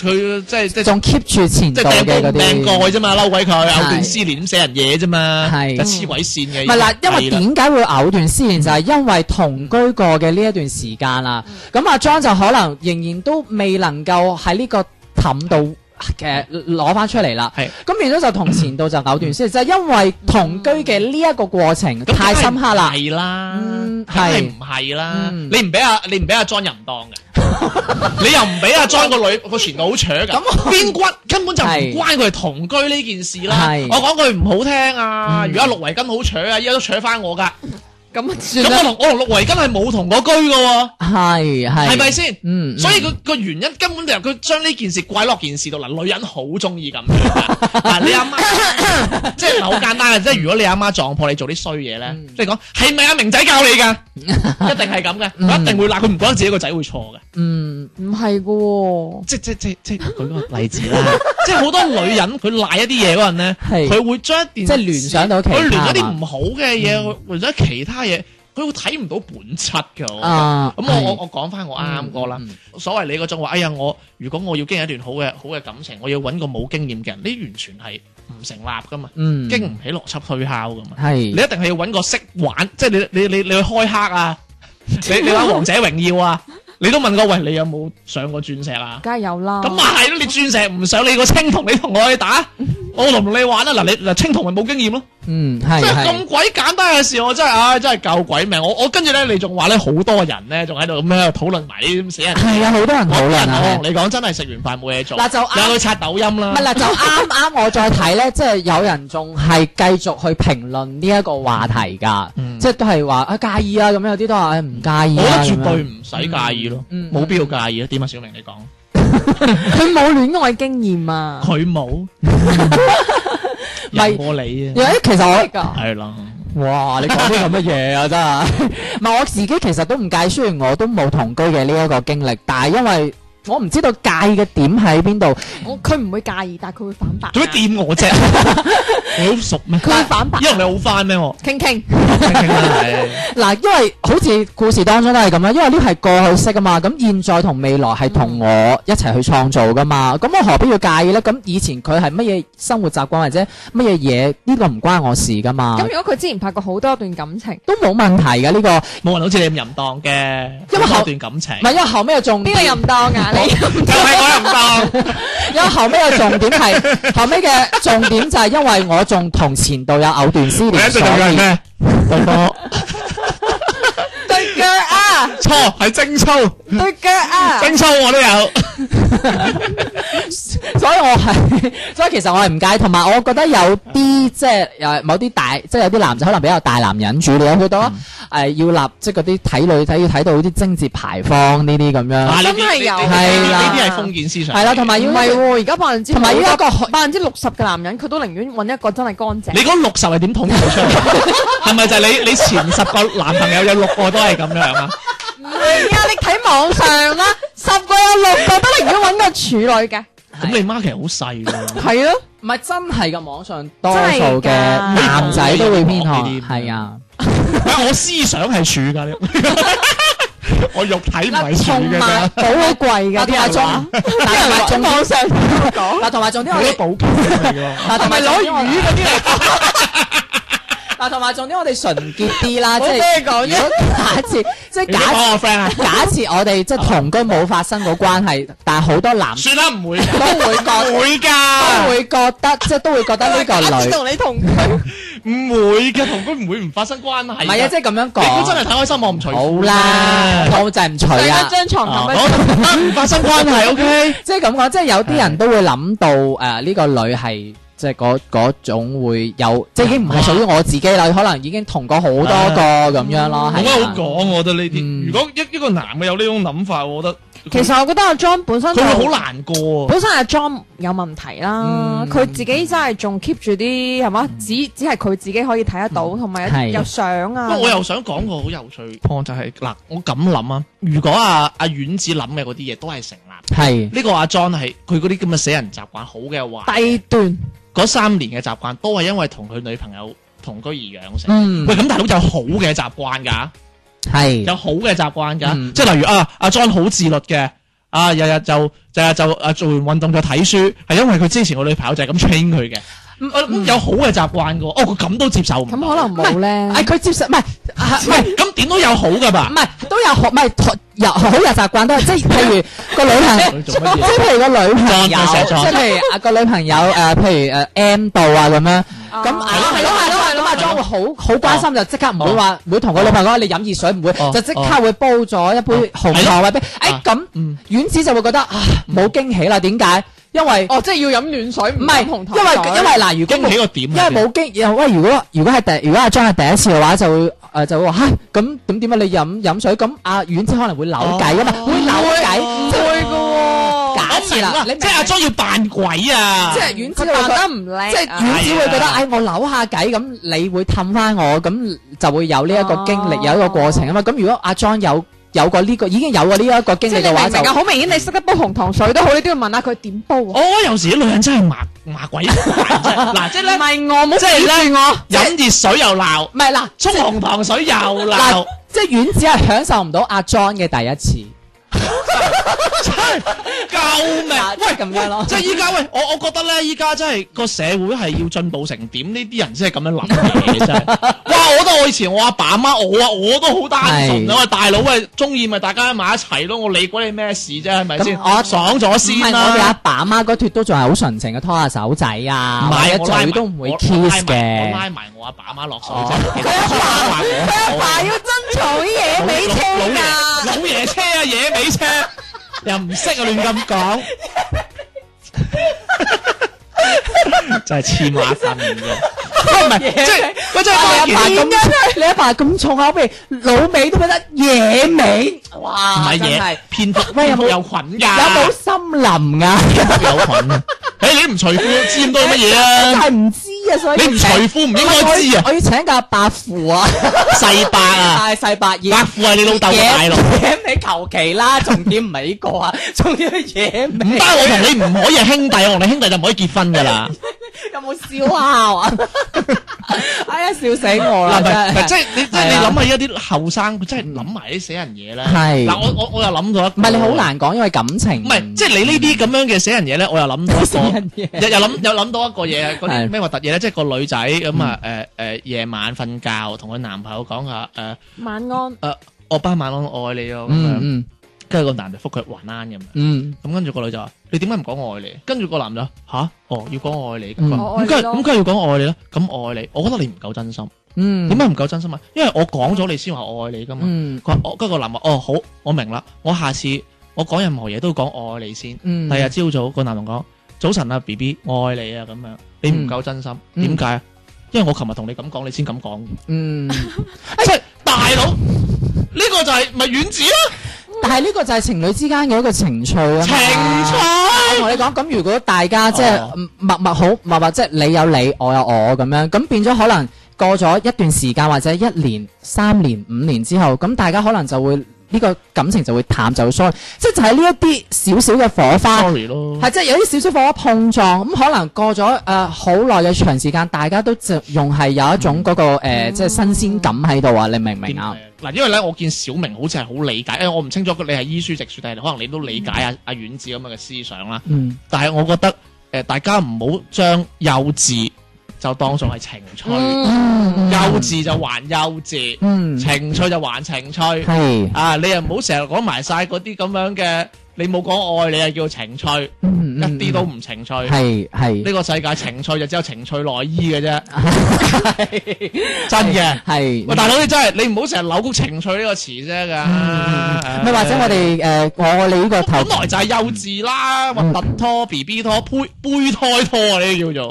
[SPEAKER 4] 佢即係即係
[SPEAKER 3] 仲 keep 住前
[SPEAKER 4] 即
[SPEAKER 3] 度
[SPEAKER 4] 係掟
[SPEAKER 3] 嘅
[SPEAKER 4] 煲
[SPEAKER 3] 嗰
[SPEAKER 4] 唔掟
[SPEAKER 3] 啲
[SPEAKER 4] 蓋啫嘛，嬲鬼佢
[SPEAKER 3] 係
[SPEAKER 4] 藕斷絲連咁死人嘢啫嘛，
[SPEAKER 3] 係
[SPEAKER 4] 就黐位線嘅。
[SPEAKER 3] 唔係啦，因為
[SPEAKER 4] 係啦
[SPEAKER 3] 點解會藕斷絲連就係因為同居過嘅呢一段時間啦。咁阿莊就可能仍然都未能夠喺呢個氹度嘅攞翻出嚟啦。
[SPEAKER 4] 係
[SPEAKER 3] 咁變咗就同前度就藕斷絲連，就係因為同居嘅呢一個過程
[SPEAKER 4] 咁
[SPEAKER 3] 太深刻啦。
[SPEAKER 4] 係啦，
[SPEAKER 3] 嗯
[SPEAKER 4] 梗係
[SPEAKER 3] 係
[SPEAKER 4] 唔係啦？
[SPEAKER 3] 嗯
[SPEAKER 4] 你唔俾阿你唔俾阿 John 淫當嘅，
[SPEAKER 3] [laughs]
[SPEAKER 4] 你又唔俾阿 John 個女個前度好扯㗎，
[SPEAKER 3] 咁
[SPEAKER 4] 邊骨根本就唔
[SPEAKER 3] 係
[SPEAKER 4] 關佢係同居呢件事啦。
[SPEAKER 3] 係
[SPEAKER 4] 我講句唔好聽啊，
[SPEAKER 3] 嗯啊
[SPEAKER 4] 如果阿陸維根好扯啊，依家都扯翻我㗎。
[SPEAKER 1] 咁算
[SPEAKER 4] 咁我
[SPEAKER 1] 啦。
[SPEAKER 4] 同我同陸維根係冇同過居㗎喎，
[SPEAKER 3] 係係
[SPEAKER 4] 係咪先？
[SPEAKER 3] 嗯，
[SPEAKER 4] 所以佢個原因根本就係佢將呢件事怪落件事度嗱，女人好中意咁樣 [laughs] 㗎。嗱，你阿
[SPEAKER 3] [laughs]
[SPEAKER 4] 媽即係好簡單嘅，即係如果你阿媽撞破你做啲衰嘢咧
[SPEAKER 3] 嗯，
[SPEAKER 4] 即係講係咪阿明仔教你
[SPEAKER 3] [laughs]
[SPEAKER 4] 㗎？一定係咁嘅，佢一定會鬧，佢唔覺得自己個仔會錯嘅。
[SPEAKER 3] 嗯
[SPEAKER 1] 唔係噶喎，
[SPEAKER 4] 即即即即舉個例子
[SPEAKER 9] [laughs]
[SPEAKER 4] 啦，即係好多女人佢賴一啲嘢嗰陣咧，
[SPEAKER 3] 係
[SPEAKER 4] 佢會將一
[SPEAKER 3] 即
[SPEAKER 4] 件
[SPEAKER 3] 係聯想到其他
[SPEAKER 4] 佢聯咗啲
[SPEAKER 3] 嘛
[SPEAKER 4] 唔好嘅嘢，或者其他嘢，佢會睇唔到本質㗎。我覺得
[SPEAKER 3] 啊，
[SPEAKER 4] 咁我我
[SPEAKER 3] 係
[SPEAKER 4] 我講翻我啱個啦
[SPEAKER 3] 嗯。嗯
[SPEAKER 4] 所謂你嗰種話，哎呀，我如果我要經營一段好嘅好嘅感情，我要揾個冇經驗嘅人，呢完全係唔成立噶嘛，
[SPEAKER 3] 嗯
[SPEAKER 4] 經唔起邏輯推敲噶嘛。
[SPEAKER 3] 係
[SPEAKER 4] 你一定係要揾個識玩，即係你你你你去開
[SPEAKER 3] [laughs]
[SPEAKER 4] 黑啊，你你玩王者榮耀啊，你都問過喂，你有冇上過鑽石啊？
[SPEAKER 1] 梗係有啦。
[SPEAKER 4] 咁啊係咯，你鑽石唔上，你個青銅你同我去
[SPEAKER 3] [laughs]
[SPEAKER 4] 打，我同你玩啊！嗱，你嗱青銅咪冇經驗咯，
[SPEAKER 3] 嗯
[SPEAKER 4] 即
[SPEAKER 3] 係
[SPEAKER 4] 係
[SPEAKER 3] 係
[SPEAKER 4] 咁鬼簡單嘅事，我真係唉真係救鬼命！我我跟住咧，你仲話咧好多人咧，仲喺度咁樣討論埋呢啲咁死人。
[SPEAKER 3] 係啊，好多人討論啊。
[SPEAKER 4] 我
[SPEAKER 3] 係
[SPEAKER 4] 同你講，真係食完飯冇嘢做，
[SPEAKER 3] 嗱就啊啱
[SPEAKER 4] 你去刷抖音啦
[SPEAKER 3] 唔係。啦，就啱啱我再睇咧，即係有人仲係繼續去評論呢一個話題㗎，
[SPEAKER 4] 嗯
[SPEAKER 3] 即係都係話啊介意啊咁，有啲都話唉唔介意
[SPEAKER 4] 我覺
[SPEAKER 3] 啊，
[SPEAKER 4] 得絕
[SPEAKER 3] 咁樣
[SPEAKER 4] 對唔使介意咯，
[SPEAKER 3] 嗯嗯
[SPEAKER 4] 冇必要介意啊！點啊，小明你講，
[SPEAKER 1] 佢冇戀愛經驗啊，
[SPEAKER 4] 佢冇，
[SPEAKER 3] 咪
[SPEAKER 4] 有過你啊，
[SPEAKER 3] 因為其實我
[SPEAKER 4] 係啦，
[SPEAKER 3] 哇！你講啲咁嘅嘢啊，真 [laughs] 係。唔係我自己其實都唔介，雖然我都冇同居嘅呢一個經歷，但係因為我唔知道介嘅點喺邊度。
[SPEAKER 1] 我佢唔會介意，但係佢會反白。
[SPEAKER 4] 做咩掂我
[SPEAKER 3] [laughs]
[SPEAKER 4] 啫？你好熟咩？
[SPEAKER 1] 佢會反白。
[SPEAKER 4] 因為你好翻咩？
[SPEAKER 3] [laughs]
[SPEAKER 4] 我
[SPEAKER 1] 傾傾
[SPEAKER 4] 傾傾啦，係
[SPEAKER 3] 嗱，因為好似故事當中都係咁樣，因為呢係過去式啊嘛，咁現在同未來係同我一齊去創造噶嘛，咁我何必要介意呢？咁以前佢係乜嘢生活習慣或者乜嘢嘢，呢個唔關我事噶嘛，
[SPEAKER 1] 咁如果佢之前拍過好多段感情，
[SPEAKER 3] 都冇問題嘅呢個，唔
[SPEAKER 4] 冇人好似你咁淫蕩嘅，
[SPEAKER 3] 因為
[SPEAKER 4] 嗰
[SPEAKER 3] 後
[SPEAKER 4] 段感情，
[SPEAKER 3] 係因為後尾嘅重
[SPEAKER 1] 邊個
[SPEAKER 3] 點，
[SPEAKER 1] 淫當 [laughs] 啊？你
[SPEAKER 4] 就係我淫蕩。
[SPEAKER 3] 因為後尾嘅重點係後尾嘅重點就係因為我仲同前度有藕斷絲
[SPEAKER 4] 你 [laughs]
[SPEAKER 3] 連，
[SPEAKER 4] 一直
[SPEAKER 3] 所
[SPEAKER 4] 做嘅係
[SPEAKER 3] 以
[SPEAKER 4] 咩？對波
[SPEAKER 1] 對腳啊，
[SPEAKER 4] 錯係精粗，
[SPEAKER 1] 對腳啊，
[SPEAKER 4] 精粗我都有。
[SPEAKER 3] 啊所以我係， [laughs] 所以其實我係唔介意，同埋我覺得有啲即係誒某啲大，即係有啲男仔可能比較大男人主義，佢到誒、
[SPEAKER 1] 嗯
[SPEAKER 3] 呃要立即嗰啲睇女睇要睇到啲貞節牌坊呢啲咁
[SPEAKER 4] 啊
[SPEAKER 3] 樣，
[SPEAKER 4] 呢啲
[SPEAKER 1] 真係有
[SPEAKER 4] 呢啲
[SPEAKER 3] 係啦
[SPEAKER 4] 呢啲係封建思想。
[SPEAKER 3] 係啦，同埋
[SPEAKER 1] 唔
[SPEAKER 3] 要
[SPEAKER 1] 係喎，而家百分之
[SPEAKER 3] 同埋依家一個
[SPEAKER 1] [laughs] 百分之六十嘅男人，佢都寧願揾一個真係乾淨
[SPEAKER 4] 你。嗰六十係點統計出
[SPEAKER 3] [laughs]
[SPEAKER 4] 嚟？係咪就係你你前十個男朋友有六個都係咁樣啊？
[SPEAKER 1] 唔 [laughs] 係啊，你睇網上 [laughs] 啦，十個有六個都寧願揾個處女嘅，
[SPEAKER 4] 咁你媽其實好細喎。
[SPEAKER 1] 係咯。
[SPEAKER 3] 唔係真係嘅網上多
[SPEAKER 1] 真
[SPEAKER 3] 數
[SPEAKER 1] 係㗎
[SPEAKER 3] 嘅男仔都會偏向
[SPEAKER 4] 呢啲
[SPEAKER 3] 係
[SPEAKER 9] à.
[SPEAKER 3] 啊。
[SPEAKER 4] 唔係我思想係處㗎，你 [laughs] 我肉體唔係處
[SPEAKER 1] 同
[SPEAKER 4] 嘅
[SPEAKER 1] 埋
[SPEAKER 4] 啫。
[SPEAKER 1] 保 [laughs] 好貴嘅
[SPEAKER 3] 嗱同埋
[SPEAKER 1] 啲人
[SPEAKER 3] 仲嗱同
[SPEAKER 1] 話，
[SPEAKER 3] 埋
[SPEAKER 1] [laughs] 啲人
[SPEAKER 3] 仲
[SPEAKER 1] 話網上講，
[SPEAKER 3] 嗱，同埋重點我
[SPEAKER 4] 你
[SPEAKER 3] 哋
[SPEAKER 4] 啲保鏢嚟㗎。
[SPEAKER 3] 嗱，同埋攞魚
[SPEAKER 1] 嗰啊
[SPEAKER 3] 啲嚟。嗱，同埋重點我哋純潔啲啦，即係
[SPEAKER 1] 我俾你講
[SPEAKER 3] 如
[SPEAKER 1] 啫。
[SPEAKER 3] 果假設，即係
[SPEAKER 4] 你
[SPEAKER 3] 假
[SPEAKER 4] 講
[SPEAKER 3] 設
[SPEAKER 4] 我 friend 啊？
[SPEAKER 3] 假設我哋即係同居冇發生過關係，但係好多男
[SPEAKER 4] 算啦，唔會㗎，
[SPEAKER 3] 都會覺
[SPEAKER 4] 會
[SPEAKER 1] 啊
[SPEAKER 3] 都
[SPEAKER 4] 㗎，
[SPEAKER 3] 會覺得即係都會覺得呢個
[SPEAKER 1] 我
[SPEAKER 3] 女
[SPEAKER 1] 同你同居，
[SPEAKER 4] 唔會㗎，同居唔會唔發生關係㗎。
[SPEAKER 3] 唔係啊，即係咁樣
[SPEAKER 4] 你估真
[SPEAKER 3] 講。
[SPEAKER 4] 係太開心，我唔除褲
[SPEAKER 3] 好啦，我就係唔除
[SPEAKER 1] 上一
[SPEAKER 3] 啦。
[SPEAKER 1] 張床
[SPEAKER 4] 啊
[SPEAKER 1] 咁樣。
[SPEAKER 4] 好唔發生關係，OK。
[SPEAKER 3] 即係咁講，即係有啲人都會諗到誒呢個女係。即係嗰嗰種會有，即係已經唔係屬於我自己啦，可能已經同過好多個咁樣咯，
[SPEAKER 4] 冇
[SPEAKER 3] 係
[SPEAKER 4] 乜
[SPEAKER 3] 啊
[SPEAKER 4] 好講，我覺得呢啲。
[SPEAKER 3] 嗯
[SPEAKER 4] 如果一一個男嘅有呢種諗法，我覺得
[SPEAKER 1] 其實我覺得阿 John 本身
[SPEAKER 4] 佢會好難過啊。
[SPEAKER 1] 本身阿 John 有問題啦，
[SPEAKER 3] 嗯
[SPEAKER 1] 佢、自己真係仲 keep 住啲係嘛？只只係佢自己可以睇得到，同埋、
[SPEAKER 3] 係
[SPEAKER 1] 有有相
[SPEAKER 4] 不
[SPEAKER 1] 啊
[SPEAKER 4] 過。我又想講個好有趣 point 就係嗱，我咁諗啊，如果阿阿丸子諗嘅嗰啲嘢都係成立，
[SPEAKER 3] 係
[SPEAKER 4] 呢個阿 John 係佢嗰啲咁嘅死人習慣，好嘅壞嘅，
[SPEAKER 1] 低端
[SPEAKER 4] 嗰三年嘅習慣都係因為同佢女朋友同居而養成。
[SPEAKER 3] 嗯
[SPEAKER 4] 喂，咁大佬有好嘅習慣㗎，
[SPEAKER 3] 係
[SPEAKER 4] 有好嘅習慣㗎，
[SPEAKER 3] 嗯
[SPEAKER 4] 即係例如啊，阿 John 好自律嘅，啊日日就日日就啊做完運動就睇書，係因為佢之前個女朋友就係咁 train 佢嘅。
[SPEAKER 3] 嗯
[SPEAKER 4] 我諗有好嘅習慣㗎喎，哦佢咁都接受唔
[SPEAKER 1] 咁
[SPEAKER 4] 到，
[SPEAKER 1] 可能冇咧。
[SPEAKER 3] 誒佢接受唔係啊
[SPEAKER 4] 唔係咁點都有好㗎吧
[SPEAKER 3] 唔？係都有學唔係有好有習慣都係，即係 [laughs] 譬如個女朋友，
[SPEAKER 4] 佢
[SPEAKER 3] 即
[SPEAKER 4] 做乜嘢
[SPEAKER 3] 係譬如個女朋
[SPEAKER 4] 裝佢
[SPEAKER 3] 友，即
[SPEAKER 4] 成裝
[SPEAKER 3] 係譬如啊個女朋友誒，譬如誒 M 度啊咁樣。咁係
[SPEAKER 1] 咁
[SPEAKER 3] 咯係咯係咯係咯，阿莊會好好關心，就即刻唔會話唔會同個女朋友講你飲熱水，唔
[SPEAKER 4] 哦
[SPEAKER 3] 會就即刻會煲咗一杯紅糖或者誒咁
[SPEAKER 4] 嗯，
[SPEAKER 3] 丸子就會覺得啊冇驚喜啦，點解？因為
[SPEAKER 1] 哦，即係要飲暖水，唔
[SPEAKER 3] 唔係
[SPEAKER 1] 係
[SPEAKER 3] 因
[SPEAKER 1] 紅糖
[SPEAKER 3] 為因為嗱，如果
[SPEAKER 4] 驚
[SPEAKER 3] 冇
[SPEAKER 4] 喜個點啊
[SPEAKER 3] 因
[SPEAKER 4] 係
[SPEAKER 3] 為
[SPEAKER 4] 點？
[SPEAKER 3] 冇經，喂，如果如果係第，如果阿張係第一次嘅話，就會誒就會話嚇，咁咁點解啊你飲飲水？咁阿丸子可能會扭計啊嘛，
[SPEAKER 4] 哦
[SPEAKER 3] 會扭計，即係
[SPEAKER 1] 會嘅
[SPEAKER 3] 假設啦，你
[SPEAKER 4] 即係阿
[SPEAKER 3] 即
[SPEAKER 4] 莊要扮鬼啊！
[SPEAKER 3] 係丸子
[SPEAKER 1] 佢
[SPEAKER 3] 會覺
[SPEAKER 1] 扮
[SPEAKER 3] 得，
[SPEAKER 1] 得唔叻，啊
[SPEAKER 3] 即係丸子會覺得，
[SPEAKER 4] 係啊
[SPEAKER 3] 誒我扭下計，咁你會氹翻我，咁就會有呢一
[SPEAKER 4] 哦
[SPEAKER 3] 個經歷，有一個過程啊嘛。咁如果阿莊有有過呢個，已經有過呢一個經
[SPEAKER 1] 即
[SPEAKER 3] 歷
[SPEAKER 1] 係
[SPEAKER 3] 嘅
[SPEAKER 1] 你明
[SPEAKER 3] 話，
[SPEAKER 1] 唔明
[SPEAKER 3] 就
[SPEAKER 1] 啊？好明顯你識得煲紅糖水都好，你都要問下佢點煲啊。
[SPEAKER 4] 我哦有時啲女人真係麻麻
[SPEAKER 3] [laughs]
[SPEAKER 4] 鬼煩真係嗱，即係
[SPEAKER 1] 唔係我冇，
[SPEAKER 4] 啊即係咧，我飲熱水又鬧，
[SPEAKER 3] 唔係嗱，
[SPEAKER 4] 沖紅糖水又鬧
[SPEAKER 3] 嗱，，即係丸子係享受唔到阿莊嘅第一次。
[SPEAKER 4] 救命！
[SPEAKER 3] 嗱啊即係咁樣咯
[SPEAKER 4] 即係依家喂，我我覺得咧，依家真係個社會係要進步成點，呢啲人先係咁樣諗
[SPEAKER 3] [laughs]
[SPEAKER 4] 嘢真係。哇！我覺得我以前我阿爸阿媽我啊，我都好單純啊，
[SPEAKER 3] 係
[SPEAKER 4] 喂大佬喂，中意咪大家埋一齊咯，我理鬼你咩事啫，係咪先？
[SPEAKER 3] 咁我
[SPEAKER 4] [laughs] 爽咗
[SPEAKER 3] 唔係
[SPEAKER 4] 先
[SPEAKER 3] 我哋阿
[SPEAKER 4] 啦。
[SPEAKER 3] 爸阿媽嗰脱都仲係好純情嘅拖下手仔啊，或者
[SPEAKER 4] 我拉埋
[SPEAKER 3] 嘴都唔會
[SPEAKER 4] 我
[SPEAKER 3] kiss
[SPEAKER 4] 我拉
[SPEAKER 3] 嘅。
[SPEAKER 4] 埋我阿爸阿媽落水
[SPEAKER 3] 哦
[SPEAKER 4] 啫。佢阿爸
[SPEAKER 3] [laughs]
[SPEAKER 1] 佢阿爸要珍藏啲嘢俾車
[SPEAKER 4] 老爺
[SPEAKER 1] 㗎。
[SPEAKER 4] 老爺車啊，野味車，又唔識啊，亂咁
[SPEAKER 3] [laughs]
[SPEAKER 4] 講，真係黐孖筋嘅。喂唔係，即係喂，真係
[SPEAKER 3] 你阿
[SPEAKER 4] 發
[SPEAKER 3] 爸
[SPEAKER 4] 現
[SPEAKER 3] 咁，你阿爸咁重口味，老味都覺得野味，
[SPEAKER 4] 唔
[SPEAKER 3] 哇！
[SPEAKER 4] 係
[SPEAKER 3] 真
[SPEAKER 4] 嘢
[SPEAKER 3] 係，
[SPEAKER 4] 蝙蝠
[SPEAKER 3] 喂有冇
[SPEAKER 4] 有菌㗎？
[SPEAKER 3] 有冇森林㗎？
[SPEAKER 4] 有菌啊？誒，你都唔除褲，知咁多乜嘢
[SPEAKER 3] 真 [laughs]
[SPEAKER 4] 啊？
[SPEAKER 3] 係唔知啊，所以
[SPEAKER 4] 你唔除裤唔應該知啊
[SPEAKER 3] 我要我要請教伯父啊，
[SPEAKER 4] 細伯啊，
[SPEAKER 3] 大細伯
[SPEAKER 4] 伯
[SPEAKER 3] 二。
[SPEAKER 4] 父係你老豆嘅
[SPEAKER 3] [laughs]
[SPEAKER 4] 大佬。
[SPEAKER 3] 野味求其啦， [laughs] 重點唔係呢個啊，重點係野
[SPEAKER 4] 唔
[SPEAKER 3] 味
[SPEAKER 4] 得，。我同你唔可以係兄弟，我同你兄弟就唔可以結婚噶啦。
[SPEAKER 3] 有冇
[SPEAKER 4] [laughs]
[SPEAKER 3] 笑啊？哎呀，笑死我
[SPEAKER 4] 嗱，
[SPEAKER 3] 啦！
[SPEAKER 4] 唔係唔係
[SPEAKER 3] 真
[SPEAKER 4] 即
[SPEAKER 3] 係
[SPEAKER 4] 係你即係你諗下一啲後生，佢真係諗埋啲死人嘢咧。
[SPEAKER 3] 係
[SPEAKER 4] 嗱，我我我又諗到一個，
[SPEAKER 3] 唔係你好難講，因為感情
[SPEAKER 4] 唔係，即係你呢啲咁樣嘅死人嘢咧，我又諗到
[SPEAKER 3] 死
[SPEAKER 4] 一個
[SPEAKER 3] 人。嘢。
[SPEAKER 4] [laughs] 又又諗又諗到一個嘢，嗰啲
[SPEAKER 3] 係
[SPEAKER 4] 咩核突嘢咧，即係個女仔咁啊誒誒夜晚瞓覺，同佢男朋友講下誒
[SPEAKER 1] 晚安，
[SPEAKER 4] 誒我班晚安我愛你咯咁
[SPEAKER 3] 嗯
[SPEAKER 4] 樣，
[SPEAKER 3] 嗯
[SPEAKER 4] 跟住個男就覆佢還安咁樣，
[SPEAKER 3] 嗯，
[SPEAKER 4] 咁跟住個女就話你點解唔講我愛你？跟住個男就話吓哦要講我愛你，咁佢
[SPEAKER 3] 嗯
[SPEAKER 4] 話咁梗係咁梗係要講我愛你啦，咁我愛你，我覺得你唔夠真心，
[SPEAKER 3] 嗯
[SPEAKER 4] 點解唔夠真心啊？因為我講咗你先話我愛你噶嘛。
[SPEAKER 3] 嗯
[SPEAKER 4] 佢話我跟住個男話哦好，我明啦，我下次我講任何嘢都講我愛你先。
[SPEAKER 3] 嗯，
[SPEAKER 4] 第日朝早個男同講：早晨啊，B B，我愛你啊，咁樣你唔夠真心，
[SPEAKER 3] 嗯
[SPEAKER 4] 點解啊？因為我琴日同你咁講，你先咁講，
[SPEAKER 3] 嗯，
[SPEAKER 4] 即係大佬呢個就係咪丸子啊啦？
[SPEAKER 3] 但係呢個就係情侶之間嘅一個情趣啊嘛
[SPEAKER 4] 情
[SPEAKER 3] 啊我
[SPEAKER 4] 趣
[SPEAKER 3] 同你講，咁如果大家即係
[SPEAKER 4] 哦
[SPEAKER 3] 嗯默默好默默，即係你有你，我有我咁樣，咁變咗可能過咗一段時間或者一年、三年、五年之後，咁大家可能就會呢個感情就會淡，就會疏，即係就喺呢一啲少少嘅火花。
[SPEAKER 4] ，sorry 咯，
[SPEAKER 3] 係即係有啲少少火花碰撞，咁可能過咗誒好耐嘅長時間，大家都就用係有一種嗰、個、呃即係新鮮感喺度啊！你明唔明啊？
[SPEAKER 4] 嗱，因為咧，我見小明好似係好理解，因為哎我唔清楚佢你係醫書直書，但係可能你都理解阿阿丸子咁樣嘅思想啦。
[SPEAKER 3] 嗯，
[SPEAKER 4] 但係我覺得誒、呃大家唔好將幼稚就當做係情趣，幼稚就還幼稚，
[SPEAKER 3] 嗯，
[SPEAKER 4] 情趣就還情趣。
[SPEAKER 3] 係，
[SPEAKER 4] 啊，你又唔好成日講埋晒嗰啲咁樣嘅，你冇講愛，你又叫情趣，
[SPEAKER 3] 嗯
[SPEAKER 4] 一啲都唔情趣。呢
[SPEAKER 3] 係係
[SPEAKER 4] 個世界情趣就只有情趣內衣嘅啫，真嘅。
[SPEAKER 3] 係。
[SPEAKER 4] 喂，大佬你真係你唔好成日扭曲情趣呢個詞啫㗎。
[SPEAKER 3] 嗯咪或者我哋誒我哋呢個頭嗯
[SPEAKER 4] 本來就係幼稚啦，核突拖、B B 拖、胚胚胎拖啊，呢啲叫做。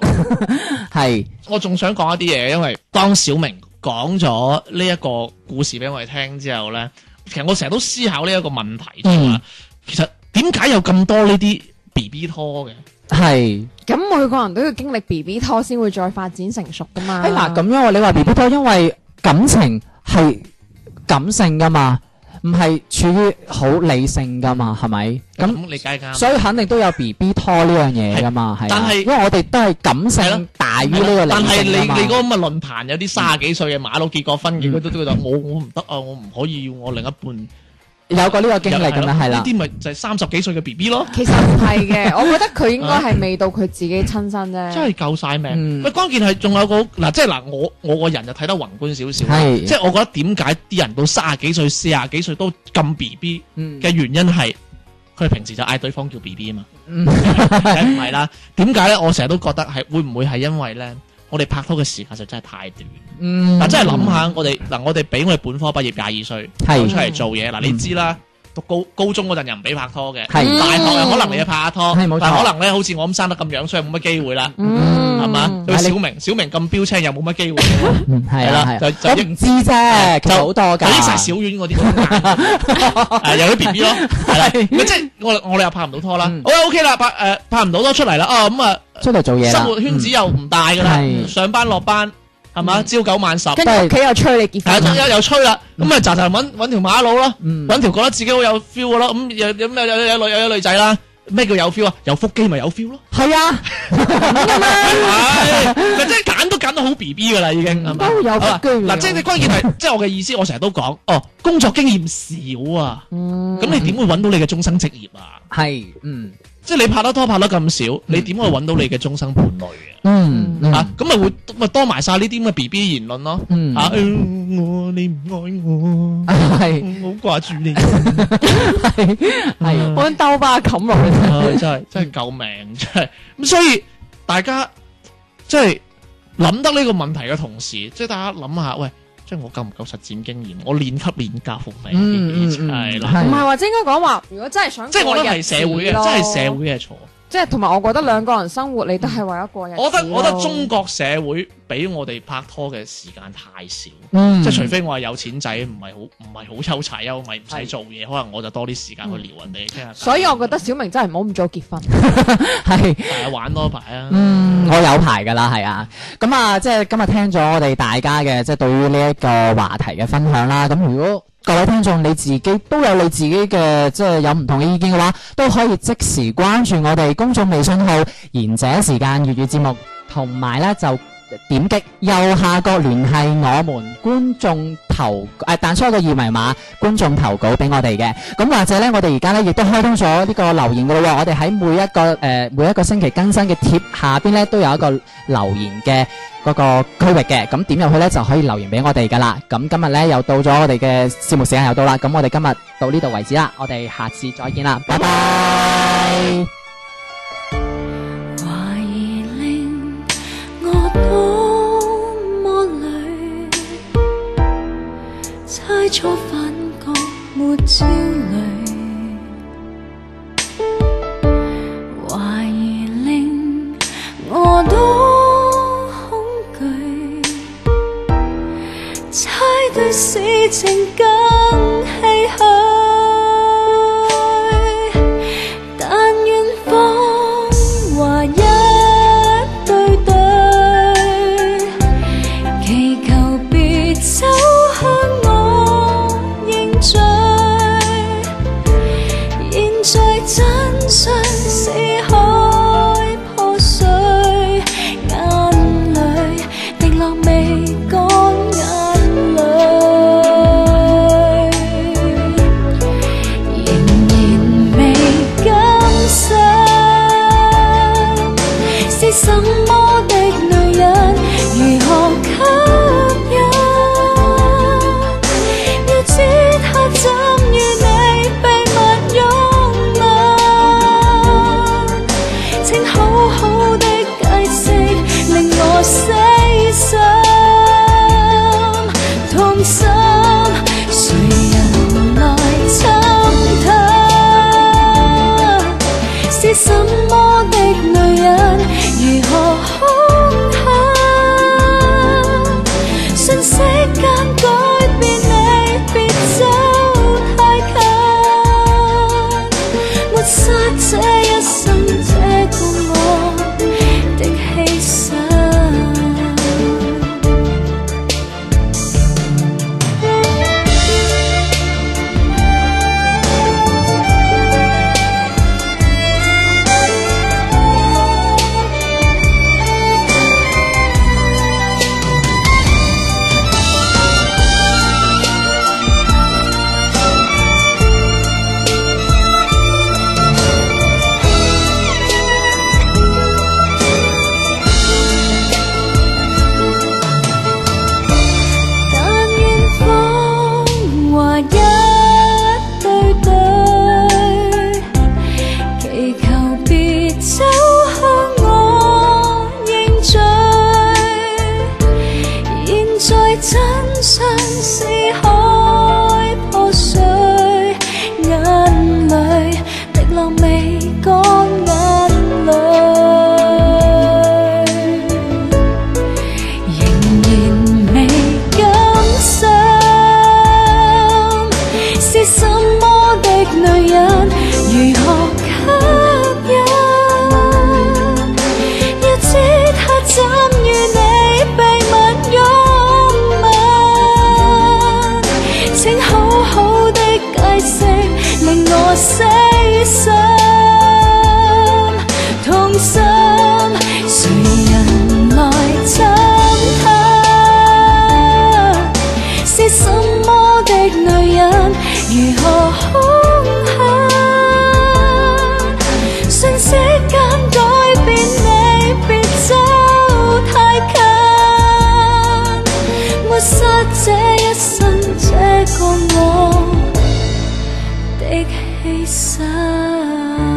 [SPEAKER 3] 係
[SPEAKER 4] 我仲想講一啲嘢，因為當小明講咗呢一個故事俾我哋聽之後咧，其實我成日都思考呢一個問題啫
[SPEAKER 3] 嗯
[SPEAKER 4] 嘛。其實點解有咁多呢啲 B B 拖嘅？
[SPEAKER 3] 係
[SPEAKER 1] 咁每個人都要經歷 B B 拖先會再發展成熟噶嘛。
[SPEAKER 3] 誒哎嗱咁樣喎，你話 B B 多，因為感情係感性噶嘛，唔係處於好理性噶嘛，係咪？
[SPEAKER 4] 咁
[SPEAKER 3] 咁
[SPEAKER 4] 你梗係嗯啱。
[SPEAKER 3] 所以肯定都有 B B 拖呢樣嘢噶嘛，係啊。
[SPEAKER 4] 但係
[SPEAKER 3] 因為我哋都係感
[SPEAKER 4] 係咯
[SPEAKER 3] 性大於呢個理
[SPEAKER 4] 但係
[SPEAKER 3] 性
[SPEAKER 4] 你
[SPEAKER 3] 㗎嘛
[SPEAKER 4] 你嗰個咁嘅論壇有啲卅幾歲嘅馬佬結過婚
[SPEAKER 3] 嗯
[SPEAKER 4] 嘅，佢都都覺得我我唔得啊，我唔可以要我另一半
[SPEAKER 3] 有過呢個經歷咁樣係
[SPEAKER 4] 呢
[SPEAKER 3] 啦，
[SPEAKER 4] 啲咪就係三十幾歲嘅 B B 咯，
[SPEAKER 1] 其實唔係 [laughs] 嘅，我覺得佢應該係未到佢自己親身啫。
[SPEAKER 4] 真係救晒命。
[SPEAKER 3] 嗯
[SPEAKER 4] 喂，關鍵係仲有個嗱，即係嗱，我我個人就睇得宏觀少少啦，
[SPEAKER 3] 係
[SPEAKER 4] 即係我覺得點解啲人到卅幾歲、四廿幾歲都咁 B B？
[SPEAKER 3] 嗯
[SPEAKER 4] 嘅原因係佢哋平時就嗌對方叫 B B 啊嘛，
[SPEAKER 3] 嗯
[SPEAKER 4] [laughs] 梗唔係啦。點解咧？我成日都覺得係會唔會係因為咧，我哋拍拖嘅時間就真係太短。
[SPEAKER 3] 嗯
[SPEAKER 4] 嗱、真係諗下，我哋嗱，我哋俾我哋本科畢業廿二歲，
[SPEAKER 3] 係嗯
[SPEAKER 4] 走出嚟做嘢。嗱，你知啦，讀高高中嗰陣又唔俾拍拖嘅，大
[SPEAKER 3] 係
[SPEAKER 4] 學又可能你又拍下拖，
[SPEAKER 3] 係冇錯
[SPEAKER 4] 但可能咧好似我咁生得咁樣，所以冇乜機會啦，
[SPEAKER 1] 嗯
[SPEAKER 4] 係嘛？對
[SPEAKER 3] 係你
[SPEAKER 4] 小明，小明咁標青又冇乜機會啦，
[SPEAKER 3] 嗯 [laughs] 係
[SPEAKER 4] 係啦
[SPEAKER 3] 啦係啦
[SPEAKER 4] 就，就
[SPEAKER 3] 我唔知啫，其實好多
[SPEAKER 4] 就
[SPEAKER 3] 㗎。
[SPEAKER 4] 益晒小丸嗰啲中間，
[SPEAKER 3] [laughs]
[SPEAKER 4] 係有啲 B B 咯，係啦。
[SPEAKER 3] 係
[SPEAKER 4] 咁即係我我哋又拍唔到拖啦
[SPEAKER 3] 嗯，
[SPEAKER 4] 好啦 OK 啦，拍誒拍唔到拖出嚟啦，哦咁啊
[SPEAKER 3] 出嚟做嘢啦
[SPEAKER 4] 生活圈子又唔大噶啦，
[SPEAKER 3] 嗯係嗯
[SPEAKER 4] 上班落班係嘛，朝九晚十，係
[SPEAKER 1] 跟住屋企又催你結
[SPEAKER 4] 啊
[SPEAKER 1] 婚，
[SPEAKER 4] 又又吹啦，咁啊就就揾揾條馬佬啦，
[SPEAKER 3] 嗯
[SPEAKER 4] 揾條覺得自己好有 feel 嘅咯，咁有有有有有女有有女仔啦。咩叫有 feel 啊？有腹肌咪有 feel 咯，[laughs]
[SPEAKER 3] 係啊，
[SPEAKER 4] 係咪即係揀都揀到好 B B 噶啦，已
[SPEAKER 3] 嗯
[SPEAKER 4] 經係嘛？
[SPEAKER 1] 都有
[SPEAKER 4] 啊
[SPEAKER 1] 不居
[SPEAKER 4] 嗱，即係你關鍵
[SPEAKER 3] [laughs]
[SPEAKER 4] 係，即係我嘅意思，我成日都講，哦，工作經驗少啊，
[SPEAKER 3] 嗯
[SPEAKER 4] 咁你點會揾到你嘅終生職業啊？
[SPEAKER 3] 係嗯
[SPEAKER 4] 即係你拍得拖拍得咁少，你點會揾到你嘅終生伴侶啊？
[SPEAKER 3] 嗯嗯
[SPEAKER 4] 啊，咁咪會咪多埋晒呢啲咁嘅 B B 言論咯。
[SPEAKER 3] 嗯
[SPEAKER 4] 啊，呃我你唔愛我，
[SPEAKER 3] [laughs] 係
[SPEAKER 4] 我好掛住你，
[SPEAKER 3] 係係
[SPEAKER 1] 我兜巴冚落去。
[SPEAKER 4] 唉真係真係救命，真係咁。所以大家即係諗得呢個問題嘅同時，即係大家諗下，喂，即係我夠唔夠實踐經驗？我練級練教服未？
[SPEAKER 3] 嗯嗯
[SPEAKER 4] 係
[SPEAKER 3] 嗯
[SPEAKER 4] 啦，
[SPEAKER 1] 唔係
[SPEAKER 3] 係
[SPEAKER 1] 或者應該講話，如果真係想
[SPEAKER 4] 即係我覺得係社會嘅，真係社
[SPEAKER 1] 會，
[SPEAKER 4] 會嘅錯。
[SPEAKER 1] 嗯即係同埋我覺得兩個人生活你都係為咗過日子咯。
[SPEAKER 4] 我覺得我覺得中國社會比俾我哋拍拖嘅時間太少，
[SPEAKER 3] 嗯
[SPEAKER 4] 即係除非我係有錢仔，唔係好唔係好抽柴休咪唔使做嘢，可能我就多啲時間去撩人哋傾下偈，
[SPEAKER 1] 所以我覺得小明真係唔好咁早結婚。
[SPEAKER 3] 係。
[SPEAKER 4] 係啊玩多排啊。
[SPEAKER 3] 嗯，我有排噶啦，係啊。咁啊，即係今日聽咗我哋大家嘅，即係對於呢一個話題嘅分享啦。咁如果各位聽眾你自己都有你自己嘅，即係有唔同嘅意見嘅話，都可以即時關注我哋公眾微信號「賢者時間粵語節目」，同埋咧就。點擊右下角聯繫我們觀眾投誒彈出一個二維碼，觀眾投稿俾我哋嘅。咁或者咧，我哋而家咧亦都開通咗呢個留言嘅咯喎。我哋喺每一個誒、呃每一個星期更新嘅貼下邊咧，都有一個留言嘅嗰個區域嘅。咁點入去咧就可以留言俾我哋噶啦。咁今日咧又到咗我哋嘅節目時間又到啦。咁我哋今日到呢度為止啦。我哋下次再見啦，拜拜。
[SPEAKER 5] 懷疑令我多麼累，猜錯反覺沒焦慮，懷疑令我多恐懼，猜對事情更唏噓。但願謊話一對對，祈求別走向我認罪。現在真相撕開破碎，眼淚滴落未乾眼淚。仍然未甘心，是什麼的女人，如何吸引？要知她怎與你秘密擁吻，請好好的解釋，令我死心痛心。誰人來參透？是什麼的女人，如何兇狠？瞬息間改變你，別走太近，抹殺這一生這個我的犧牲。但願謊話一對對，祈求別走向我認罪。現在真相撕開破碎，眼淚滴落未乾眼淚。仍然未甘心，是什麼的女人，如何吸引？要知她怎與你秘密擁吻，請好好的解釋，令我死心痛心。誰人來參透？是什麼的女人，如何兇狠？瞬息間改變你，別走太近，抹殺這一生這個我的犧牲。